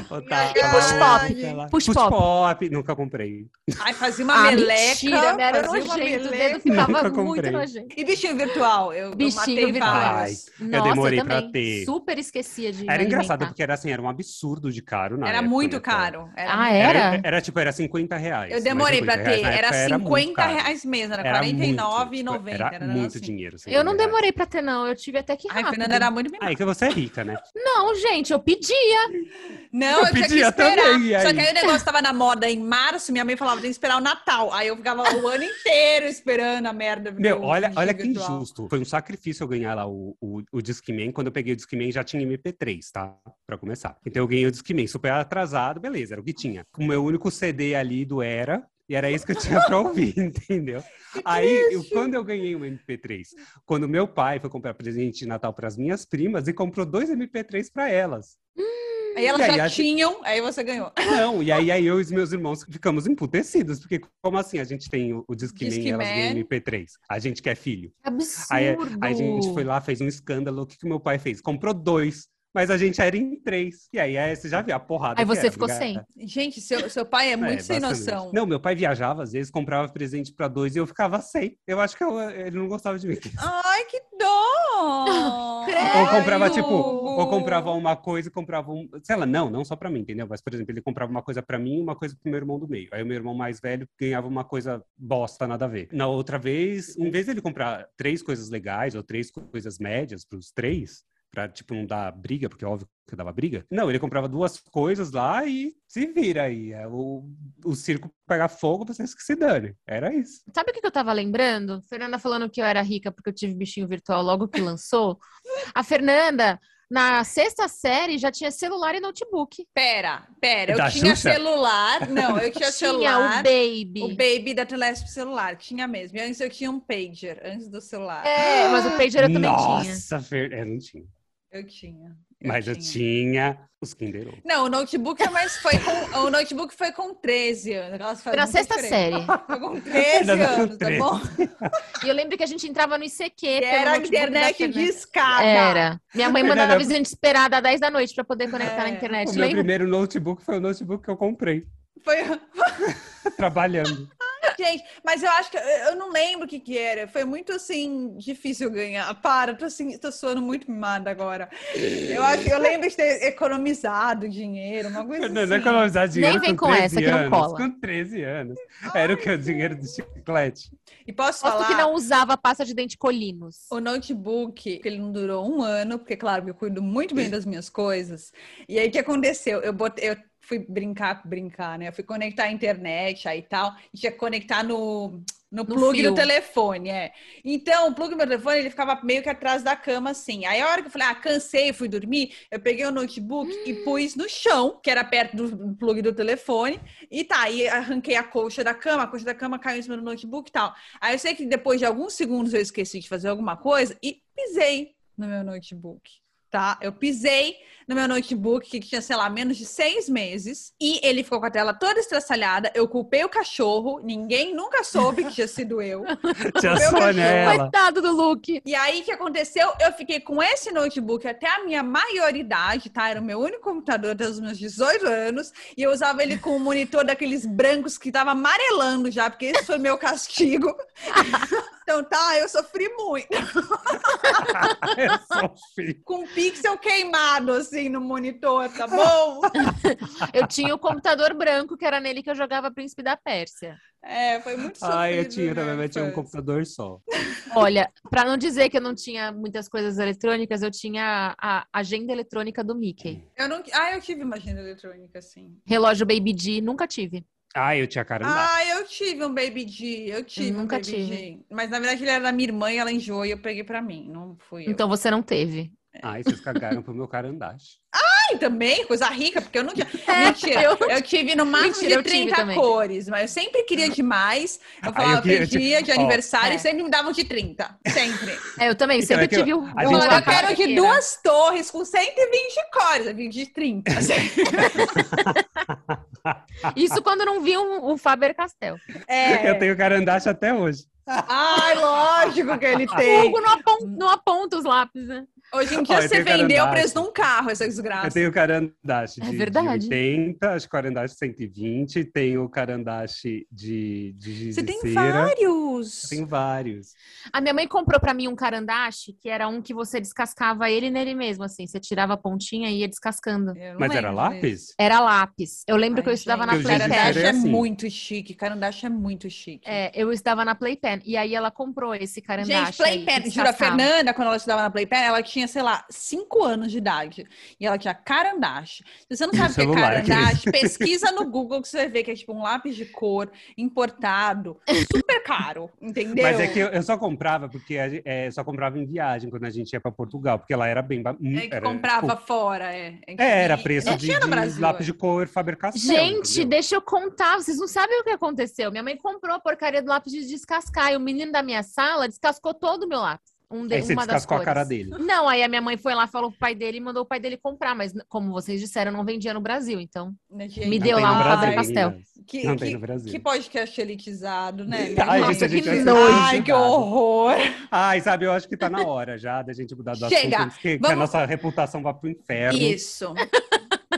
C: Otávio,
B: Push Pop,
C: aquela-
A: Push
C: Push
A: Pop.
C: Pop, nunca comprei.
B: Aí fazia uma
A: ah,
B: meleca.
A: mentira, né? era
B: fazia uma
A: nojento, o
B: meleca.
A: dedo ficava
C: Nunca
A: muito
C: comprei.
A: nojento.
B: E bichinho virtual, eu, eu
A: Bichinho
B: matei
A: virtual.
C: Ai,
B: vários.
A: Nossa,
C: demorei
A: eu
C: pra
A: também
C: ter.
A: super esquecia de
C: Era
A: me
C: engraçado,
A: alimentar.
C: porque era assim, era um absurdo de caro na
B: Era
C: época,
B: muito
C: né, pô.
B: caro. Era
A: Ah,
B: muito-
A: era?
C: Era, era, tipo, era 50 reais.
B: Eu
C: mas
B: demorei pra
C: 50
B: ter.
C: reais na
B: Era
C: época
B: 50
C: muito caro.
B: reais mesmo, era
C: Era muito, tipo,
B: 49,90.
C: Era,
B: assim.
C: muito dinheiro.
A: Eu não
C: 50 reais.
A: demorei pra ter, não. Eu tive até que
B: Ai,
A: rápido.
B: Fernanda era muito
C: Ah, é que você é rica, né?
A: Não, gente, eu pedia.
B: Não,
C: Eu
B: eu, tinha que
C: pedia
B: esperar.
C: também, e
B: Só
C: aí?
B: que aí o negócio tava na moda em março, minha mãe falava, tem que esperar o Natal. Aí eu ficava o ano inteiro esperando a merda. do
C: Meu, olha,
B: bichinho
C: olha que
B: virtual.
C: injusto. Foi um sacrifício eu ganhar lá o, o, o Discman. Quando eu peguei o Discman, já tinha MP3, tá? Pra começar. Então eu ganhei o Discman super atrasado, beleza, era o que tinha. O meu único CD ali do Era, e era isso que eu tinha pra ouvir, entendeu? Aí, eu- quando eu ganhei um MP3, quando meu pai foi comprar presente de Natal pras minhas primas e comprou dois MP3 pra elas.
B: Aí elas
C: E aí,
B: já
C: a gente-
B: tinham, aí você ganhou.
C: Não, e aí, aí eu e os meus irmãos ficamos emputecidos, porque como assim a gente tem o, o Discman, e elas
B: Discman.
C: ganham MP3? A gente quer filho.
A: Que absurdo.
C: Aí, aí a gente foi lá, fez um escândalo. O que, que meu pai fez? Comprou dois, mas a gente era em três. E aí, aí você já viu a porrada.
A: Aí
C: que
A: você
C: era,
A: ficou
C: do
A: sem.
C: cara.
B: Gente, seu, seu pai é muito sem
C: bastante.
B: noção.
C: Não, meu pai viajava, às vezes comprava presente pra dois e eu ficava sem. Eu acho que eu- ele não gostava de mim.
B: Ai, que dó!
C: Ou comprava,
B: Ai,
C: tipo,
B: Hugo.
C: ou comprava uma coisa e comprava um. Sei lá, não, não só pra mim, entendeu? Mas, por exemplo, ele comprava uma coisa pra mim e uma coisa pro meu irmão do meio. Aí o meu irmão mais velho ganhava uma coisa bosta, nada a ver. Na outra vez, em vez dele comprar três coisas legais ou três coisas médias pros três, pra, tipo, não dar briga, porque óbvio que dava briga. Não, ele comprava duas coisas lá e se vira aí. É O, o circo pegar fogo, vocês que se dane. Era isso.
A: Sabe o que que eu tava lembrando? Fernanda falando que eu era rica porque eu tive bichinho virtual logo que lançou. A Fernanda, na sexta série, já tinha celular e notebook.
B: Pera, pera, eu
C: Da
B: tinha
C: Xuxa?
B: celular. Não, eu
A: Tinha
B: tinha
A: o
B: celular.
A: Baby.
B: O baby da Telesp celular, tinha mesmo. E antes eu tinha um pager, antes do celular.
A: É, mas o Pager eu também tinha.
C: Nossa, Fer... é, não tinha.
B: Eu tinha.
C: Mas eu tinha os Kinder Ovo.
B: Não, o notebook mas foi com o notebook foi com 13 anos. Aquelas
A: Foi na sexta série.
B: Foi com 13
C: Ainda com
B: anos, tá
C: 13.
B: bom?
A: E eu lembro que a gente entrava no ICQ.
B: E
A: pelo
B: era a
A: notebook da
B: internet
A: Fernanda.
B: de escada.
A: Era. Minha mãe mandava a
C: Fernanda-
A: gente esperar da 10 da noite pra poder conectar na
B: É.
A: internet.
C: O meu
A: Lembra?
C: primeiro notebook foi o notebook que eu comprei,
B: Foi...
C: trabalhando.
B: Gente, mas eu acho que eu não lembro o que que era. Foi muito assim difícil ganhar. Para, tô assim, tô soando muito mimada agora. Eu acho, eu lembro de ter economizado dinheiro, uma coisa
A: é
C: Fernanda,
B: assim.
C: economizar dinheiro
A: vem
C: com
A: com
C: 13
A: essa, que não
C: anos.
A: cola.
C: Com 13 anos. Era o que? O dinheiro do chiclete.
B: E posso
A: Posso
B: falar?
A: que não usava pasta de dente colinos.
B: O notebook, ele não durou um ano, porque, claro, eu cuido muito bem das minhas coisas. E aí, o que aconteceu? Eu, botei, eu fui brincar, brincar, né? Eu fui conectar a internet aí e tal, e tinha que conectar no, no, plug
A: fio.
B: do telefone, é. Então, o plug do meu telefone, ele ficava meio que atrás da cama, assim. Aí, a hora que eu falei, ah, cansei, fui dormir, eu peguei o notebook e pus no chão, que era perto do- do plug do telefone, e tá, aí arranquei a colcha da cama, a colcha da cama caiu em cima do notebook e tal. Aí eu sei que depois de alguns segundos eu esqueci de fazer alguma coisa e pisei no meu notebook, tá? Eu pisei no meu notebook que tinha, sei lá, menos de seis meses e ele ficou com a tela toda estraçalhada. Eu culpei o cachorro, ninguém nunca soube que tinha sido eu.
C: Tia
B: Meu
C: Sônia,
B: cachorro.
C: ela.
A: Coitado do Luke.
B: E aí, o que aconteceu? Eu fiquei com esse notebook até a minha maioridade, tá? Era o meu único computador até os meus 18 anos. E eu usava ele com um monitor daqueles brancos que tava amarelando já, porque esse foi meu castigo. então, tá, eu sofri muito.
C: Eu sofri.
B: Com pixel queimado, assim, no monitor, tá bom?
A: Eu tinha o computador branco, que era nele que eu jogava Príncipe da Pérsia.
B: É, foi muito sofrido.
C: Ai, eu tinha também,
B: né,
C: mas tinha um
B: infância.
C: computador só.
A: Olha, pra não dizer que eu não tinha muitas coisas eletrônicas, eu tinha a agenda eletrônica do Mickey.
C: Hum.
B: Eu não... Ah, eu tive uma agenda eletrônica, sim.
A: Relógio Baby D, nunca tive.
C: Ai, eu tinha caramba.
B: Ah, eu tive um Baby G, eu tive um
A: nunca
B: Baby
A: tive.
B: G. Mas na verdade ele era da minha irmã e ela enjoou e eu peguei pra mim, não fui eu.
A: Então você não teve.
C: Ai, vocês cagaram pro meu carandache.
B: Ai, também, coisa rica, porque eu não tinha. Mentira, eu, tive no máximo
A: É, Mentira, eu
B: de
A: tive
B: 30
A: também.
B: cores, mas eu sempre queria demais. Eu
C: Ah,
B: falava,
C: eu queria-
B: pedia de
C: Ó.
B: aniversário
A: É.
B: e sempre me davam de 30. Sempre.
A: É, eu também,
C: Então,
A: sempre
C: é que eu-
A: tive o.
C: a
B: Eu
C: gente
B: falava, eu
C: tá-
B: quero de duas torres com 120 cores, eu queria de 30.
A: Isso quando não vi um, o Faber Castell.
B: É.
C: Eu tenho carandache até hoje.
B: Ai, lógico que ele
A: O
B: tem.
A: Hugo não aponta, não aponta os lápis, né?
B: Hoje em
C: Ó,
B: dia
C: eu
B: você
C: tenho
B: vendeu o
C: carandache.
B: preço de um carro, essa desgraça.
C: Eu tenho carandache
A: É
C: de,
A: verdade.
C: de 80, acho que carandache 120, tenho carandache de, de giz
B: Você
C: de
B: tem
C: cera.
B: vários.
C: Eu Tenho vários.
A: A minha mãe comprou pra mim um carandache, que era um que você descascava ele nele mesmo, assim. Você tirava a pontinha e ia descascando.
B: Eu não
C: Mas era
B: lembro
C: lápis?
A: Era lápis. Eu lembro
B: Ai,
A: que eu estudava
B: gente,
A: na
C: Porque o giz de
A: Playpen.
B: Carandache
C: cera
B: é
C: é assim.
B: muito chique. Carandache é muito chique.
A: É, eu estudava na Playpen. E aí ela comprou esse carandache.
B: Gente,
A: aí, que
B: Playpen, jura, a
A: descascava.
B: Fernanda, quando ela estudava na Playpen, ela tinha, sei lá, 5 anos de idade. E ela tinha carandache. Se você não sabe o que é
C: celular,
B: carandache, pesquisa no Google que você vai ver que é tipo um lápis de cor importado, super caro, entendeu?
C: Mas é que eu, eu só comprava porque a gen- é, só comprava em viagem quando a gente ia para Portugal, porque lá era bem ba- mu-
B: É que
C: era,
B: comprava
C: tipo,
B: fora, é. É que-
C: é, era preço
B: Não
C: de,
B: tinha no
C: de
B: Brasil,
C: lápis
B: é.
C: de cor Faber-Castell.
A: Gente,
C: entendeu?
A: deixa eu contar. Vocês não sabem o que aconteceu. Minha mãe comprou a porcaria do lápis de descascar. E o menino da minha sala descascou todo o meu lápis. Um de,
C: Aí você
A: uma das
C: descascou a
A: cores.
C: cara dele.
A: Não, aí a minha mãe foi lá, falou pro pai dele e mandou o pai dele comprar. Mas, como vocês disseram, não vendia no Brasil, então.
B: né, gente?
A: Me
C: Não
A: deu
C: tem
A: lá
C: no
A: um
C: Brasil,
A: Faber-Castell.
C: meninas.
B: Que,
C: Não tem
B: que,
C: no Brasil.
B: que podcast elitizado, né? minha
C: Ai,
B: irmã?
A: gente, a gente vai
B: que
A: ser
B: nojo. Ai,
C: elitizado.
B: que horror.
C: Ai, sabe, eu acho que tá na hora já da gente mudar do
B: Chega,
C: assunto, que, que
B: vamos-
C: a nossa reputação vai pro
A: É
C: inferno.
B: Isso.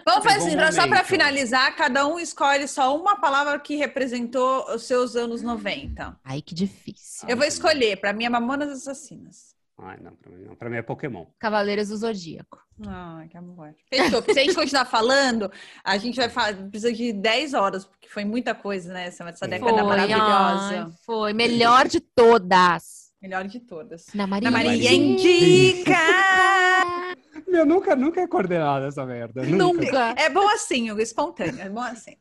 B: Vamos fazer
C: Chegou
B: assim,
C: o
B: pra- só para
C: momento.
B: finalizar, cada um escolhe só uma palavra que representou os seus anos 90.
A: Ai, que difícil.
B: Eu vou escolher, para mim é Mamonas Assassinas.
C: Ai, não, pra mim não. Pra mim é Pokémon.
A: Cavaleiros do Zodíaco.
B: Ai, que amor. Fechou. Se a gente continuar falando, a gente vai falar, precisa de 10 horas, porque foi muita coisa, né? Essa, essa década
A: Foi,
B: maravilhosa.
A: ai, foi. Melhor de todas.
B: Melhor de todas.
A: Na Maria. é
B: Ana Maria
C: Maria
B: indica!
C: Meu, nunca, nunca é coordenada essa merda. Nunca.
A: Nunca.
B: É bom assim, Hugo, espontâneo. É bom assim.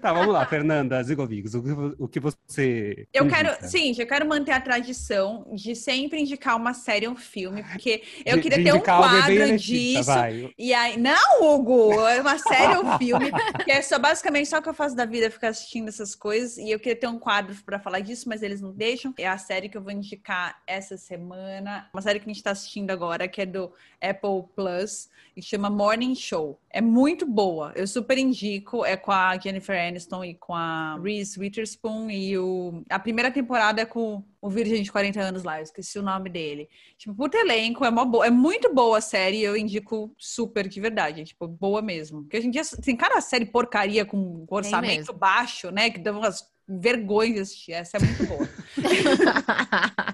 C: Tá, vamos lá, Fernanda Zigovics, o, que vo- o que você.
B: Eu
C: indica?
B: quero, sim, eu quero manter a tradição de sempre indicar uma série ou um filme, porque eu
C: De-
B: queria
C: de
B: ter um
C: indicar alguém bem
B: quadro
C: elitista,
B: disso.
C: vai.
B: E aí, não, Hugo, é uma série ou um filme, que é só basicamente só o que eu faço da vida, é ficar assistindo essas coisas. E eu queria ter um quadro pra falar disso, mas eles não deixam. É a série que eu vou indicar essa semana, uma série que a gente tá assistindo agora, que é do Apple Plus, e chama Morning Show. É muito boa, eu super indico. É com a Jennifer Aniston e com a Reese Witherspoon. E o... a primeira temporada é com o Virgem de 40 anos lá, eu esqueci o nome dele. Tipo, puta elenco, é, mó boa, é muito boa a série, eu indico super de verdade, é, tipo, boa mesmo. Porque hoje em dia tem cada série porcaria com um orçamento
A: mesmo.
B: baixo, né, que dá umas vergonhas de assistir, essa é muito boa.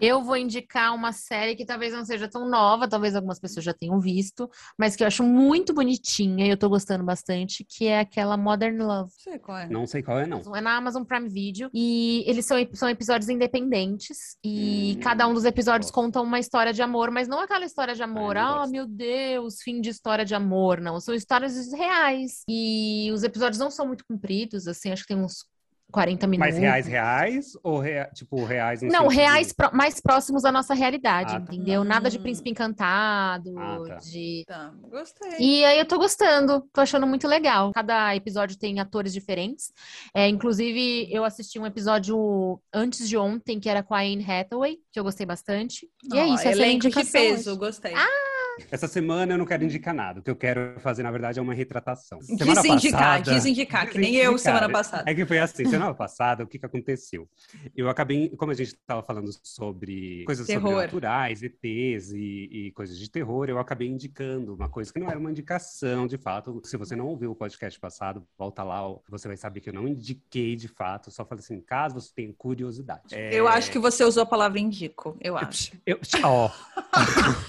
A: Eu vou indicar uma série que talvez não seja tão nova, talvez algumas pessoas já tenham visto, mas que eu acho muito bonitinha e eu tô gostando bastante, que é aquela Modern Love.
B: Não sei qual é.
C: Não sei qual é, não.
A: É na Amazon Prime Video e eles são, são episódios independentes e
C: Hum,
A: cada um dos episódios
C: gosto.
A: conta uma história de amor, mas não aquela história de amor,
C: eu
A: ah,
C: gosto.
A: meu Deus, fim de história de amor, não. São histórias reais e os episódios não são muito compridos, assim, acho que tem uns 40 minutos.
C: Mas reais, reais? Ou rea- tipo, reais no
A: Não,
C: sentido-
A: reais pró- mais próximos da nossa realidade,
C: Ah, tá.
A: entendeu? Nada de
B: Hum.
A: príncipe encantado,
C: Ah, tá.
A: de.
B: Tá, gostei.
A: E aí eu tô gostando, tô achando muito legal. Cada episódio tem atores diferentes. É, inclusive, eu assisti um episódio antes de ontem, que era com a Anne Hathaway, que eu gostei bastante. E é
B: Ó,
A: isso, essa é a minha
B: elenco de
A: indicação
B: peso,
A: hoje. Ah,
B: gostei.
C: Essa semana eu não quero indicar nada. O que eu quero fazer, na verdade, é uma retratação. Semana
B: desindicar,
C: passada-
B: desindicar, que nem eu
C: Desindicar.
B: semana passada.
C: É que foi assim, semana passada, o que, que aconteceu? Eu acabei, como a gente estava falando sobre coisas
B: Terror.
C: sobrenaturais, ETs e, e coisas de terror, eu acabei indicando uma coisa que não era uma indicação, de fato. Se você não ouviu o podcast passado, volta lá, ó, você vai saber que eu não indiquei de fato, só falei assim, caso você tenha curiosidade. É,
B: Eu acho que você usou a palavra indico, eu acho.
C: Eu, ó,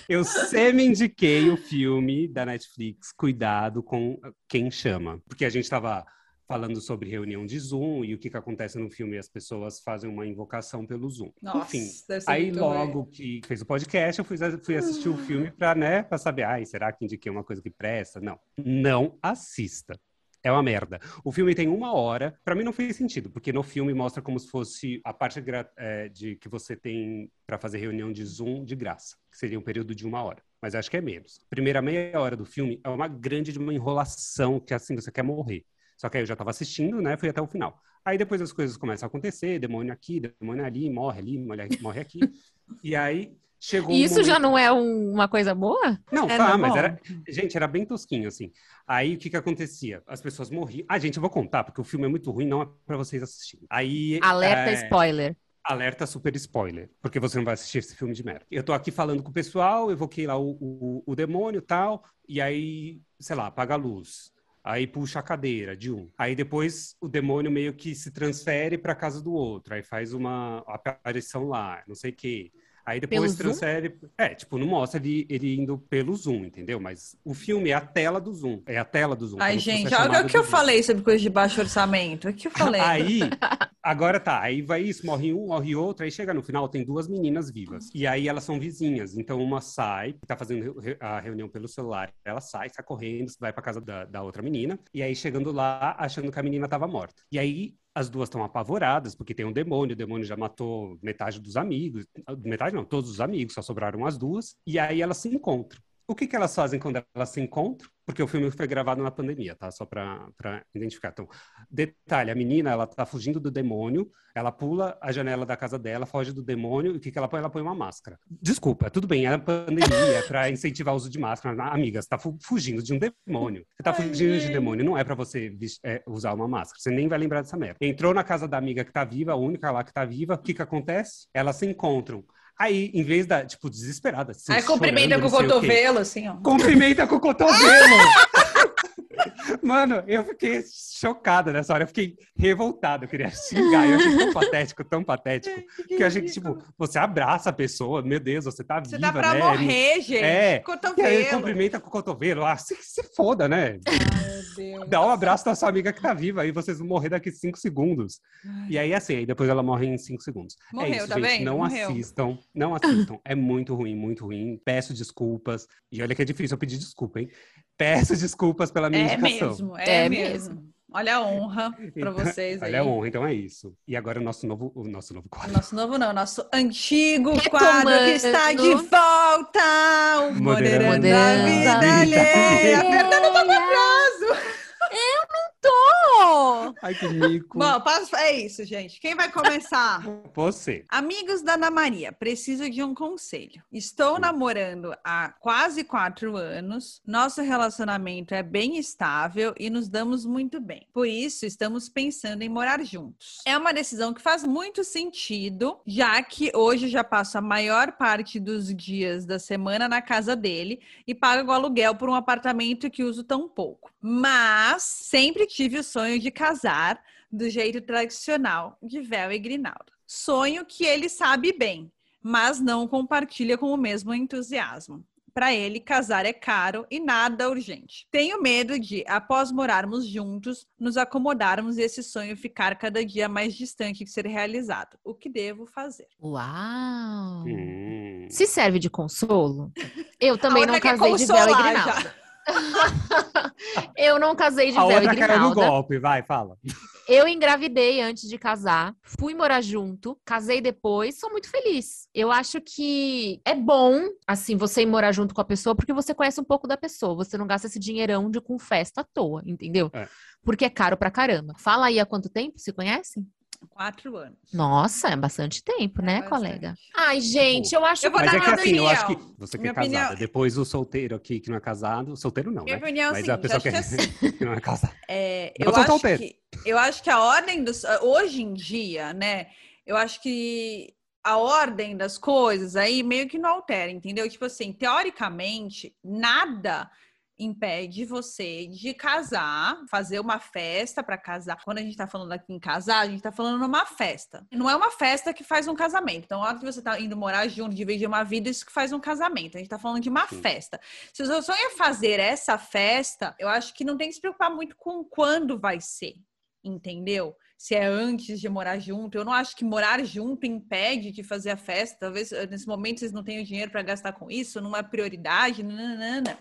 C: eu semi-indiquei o filme da Netflix, Cuidado com Quem Chama. Porque a gente estava falando sobre reunião de Zoom e o que, que acontece no filme, as pessoas fazem uma invocação pelo Zoom.
B: Nossa,
C: Enfim,
B: deve ser
C: Aí
B: muito ruim.
C: logo que fez o podcast, eu fui, fui assistir o filme para né, pra saber, ai, será que indiquei uma coisa que presta? Não, não assista. É uma merda. O filme tem uma hora. Pra mim não fez sentido, porque no filme mostra como se fosse a parte gra- eh, de que você tem pra fazer reunião de Zoom de graça, que seria um período de uma hora. Mas acho que é menos. Primeira meia hora do filme é uma grande de uma enrolação que assim você quer morrer. Só que aí eu já tava assistindo, né? Fui até o final. Aí depois as coisas começam a acontecer, demônio aqui, demônio ali, morre ali, morre, morre aqui. e aí chegou
A: E
C: um
A: isso já
C: momento-
A: não é um- uma coisa boa?
C: Não,
B: É,
C: tá,
B: não,
C: mas
B: bom.
C: era... Gente, era bem tosquinho, assim. Aí o que que acontecia? As pessoas morriam. Ah, gente, eu vou contar, porque o filme é muito ruim, não é pra vocês assistirem. Aí...
A: Alerta
C: é,
A: spoiler.
C: Alerta super spoiler, porque você não vai assistir esse filme de merda. Eu tô aqui falando com o pessoal, evoquei lá o, o, o demônio e tal, e aí, sei lá, apaga a luz. Aí puxa a cadeira de um. Aí depois o demônio meio que se transfere pra casa do outro. Aí faz uma aparição lá, não sei o quê. Aí
A: Pelo
C: depois
A: Zoom?
C: transfere. É, tipo, não mostra ele, ele indo pelo Zoom, entendeu? Mas o filme é a tela do Zoom. É a tela do Zoom.
B: Ai,
C: como se fosse
B: gente,
C: a
B: olha
C: chamada
B: o que eu
C: do Ah, Zoom.
B: falei sobre coisa de baixo orçamento. O que eu falei?
C: Então, Aí, agora tá, aí vai isso, morre um, morre outro, aí chega no final, tem duas meninas vivas. E aí elas são vizinhas, então uma sai, tá fazendo re- a reunião pelo celular, ela sai, sai correndo, vai pra casa da, da outra menina, e aí chegando lá, achando que a menina tava morta. E aí as duas estão apavoradas, porque tem um demônio, o demônio já matou metade dos amigos, metade não, todos os amigos, só sobraram as duas, e aí elas se encontram. O que, que elas fazem quando elas se encontram? Porque o filme foi gravado na pandemia, tá? Só pra pra identificar. Então, Detalhe, a menina, ela tá fugindo do demônio, ela pula a janela da casa dela, foge do demônio, e o que que ela põe? Ela põe uma máscara. Desculpa, tudo bem, é pandemia, é pra incentivar o uso de máscara. mas, Amiga, você tá fu- fugindo de um demônio. Você tá
B: Ai,
C: fugindo de
B: gente.
C: um demônio, não é pra você vis- é, usar uma máscara. Você nem vai lembrar dessa merda. Entrou na casa da amiga que tá viva, a única lá que tá viva, o que que acontece? Elas se encontram. Aí, em vez da, tipo, desesperada, assim,
B: Aí cumprimenta
C: chorando,
B: com o
C: não sei o quê.
B: cotovelo, assim, ó.
C: Cumprimenta com o cotovelo! Mano, eu fiquei chocada nessa hora. Eu fiquei revoltada. Eu queria xingar. Eu achei tão patético, tão
B: É,
C: patético. Que eu achei que, tipo, você abraça a pessoa. Meu Deus, você tá
B: Você
C: viva,
B: tá pra
C: né?
B: morrer, gente.
C: É. E aí ele
B: Cotovelo.
C: cumprimenta com o cotovelo. Ah, se, se foda, né?
B: Ai, meu Deus.
C: Dá um abraço da sua amiga que tá viva. Aí vocês vão morrer daqui cinco segundos. E aí, assim, aí depois ela morre em cinco segundos.
B: Morreu,
C: é isso,
B: tá
C: gente.
B: vendo?
C: Não
B: Morreu.
C: assistam. Não assistam. É muito ruim, muito ruim. Peço desculpas. E olha que é difícil eu pedir desculpa, hein? Peço desculpas pela minha
B: É
C: indicação.
B: mesmo, é,
A: É
B: mesmo. Olha a honra pra
C: Então,
B: vocês aí.
C: Olha a honra, então é isso. E agora o nosso novo, o nosso novo quadro.
B: Nosso novo não, nosso antigo
A: Retomando.
B: quadro que está de volta! O
C: Moderando
B: Moderando
A: a
B: a vida
A: vida
B: alheia. Apertando pra prazo!
D: Oh!
C: Ai, que mico.
B: Bom, passo- é isso, gente. Quem vai começar?
C: Você.
B: Amigos da Ana Maria, preciso de um conselho. Estou namorando há quase quatro anos. Nosso relacionamento é bem estável e nos damos muito bem. Por isso, estamos pensando em morar juntos. É uma decisão que faz muito sentido, já que hoje já passo a maior parte dos dias da semana na casa dele e pago o aluguel por um apartamento que uso tão pouco. Mas sempre tive o sonho de casar do jeito tradicional de véu e grinalda. Sonho que ele sabe bem, mas não compartilha com o mesmo entusiasmo. Para ele, casar é caro e nada urgente. Tenho medo de, após morarmos juntos, nos acomodarmos e esse sonho ficar cada dia mais distante de ser realizado. O que devo fazer?
A: Uau!
C: Hum.
A: Se serve de consolo, eu também
B: A outra
A: não
B: quer
A: casei de véu e
B: consolar
A: grinalda.
B: já.
A: Eu não casei de
C: A
A: véu e
C: outra caiu no
A: grinalda.
C: golpe, vai, fala.
A: Eu engravidei antes de casar, fui morar junto, casei depois, sou muito feliz. Eu acho que é bom, assim, você ir morar junto com a pessoa, porque você conhece um pouco da pessoa, você não gasta esse dinheirão de com festa à toa, entendeu?
C: É.
A: Porque é caro pra caramba. Fala aí há quanto tempo se conhecem?
B: Quatro anos.
A: Nossa, é bastante tempo,
B: É
A: né,
B: bastante.
A: colega? Ai, gente, eu acho
B: Eu vou
C: Tipo, Mas
B: dar
C: é
B: minha
C: que assim, eu acho que
B: opinião.
C: você
B: Minha
C: quer casada.
B: opinião-
C: Depois o solteiro aqui que não é casado. Solteiro não,
B: Minha
C: né?
B: opinião é o
C: Mas a
B: seguinte,
C: pessoa
B: acho
C: que,
B: que assim,
C: que não é casada.
B: É,
C: Eu
B: eu,
C: sou
B: acho
C: solteiro.
B: que, eu acho que a ordem dos. Hoje em dia, né? Eu acho que a ordem das coisas aí meio que não altera, entendeu? Tipo assim, teoricamente, nada impede você de casar, fazer uma festa para casar. Quando a gente tá falando aqui em casar, a gente tá falando numa festa. Não é uma festa que faz um casamento. Então, a hora que você tá indo morar junto, dividir uma vida, isso que faz um casamento. A gente tá falando de uma
C: Sim.
B: festa. Se o seu sonho é fazer essa festa, eu acho que não tem que se preocupar muito com quando vai ser, entendeu? Se é antes de morar junto, eu não acho que morar junto impede de fazer a festa. Talvez eh, nesse momento vocês não tenham dinheiro para gastar com isso, não é prioridade, nananana.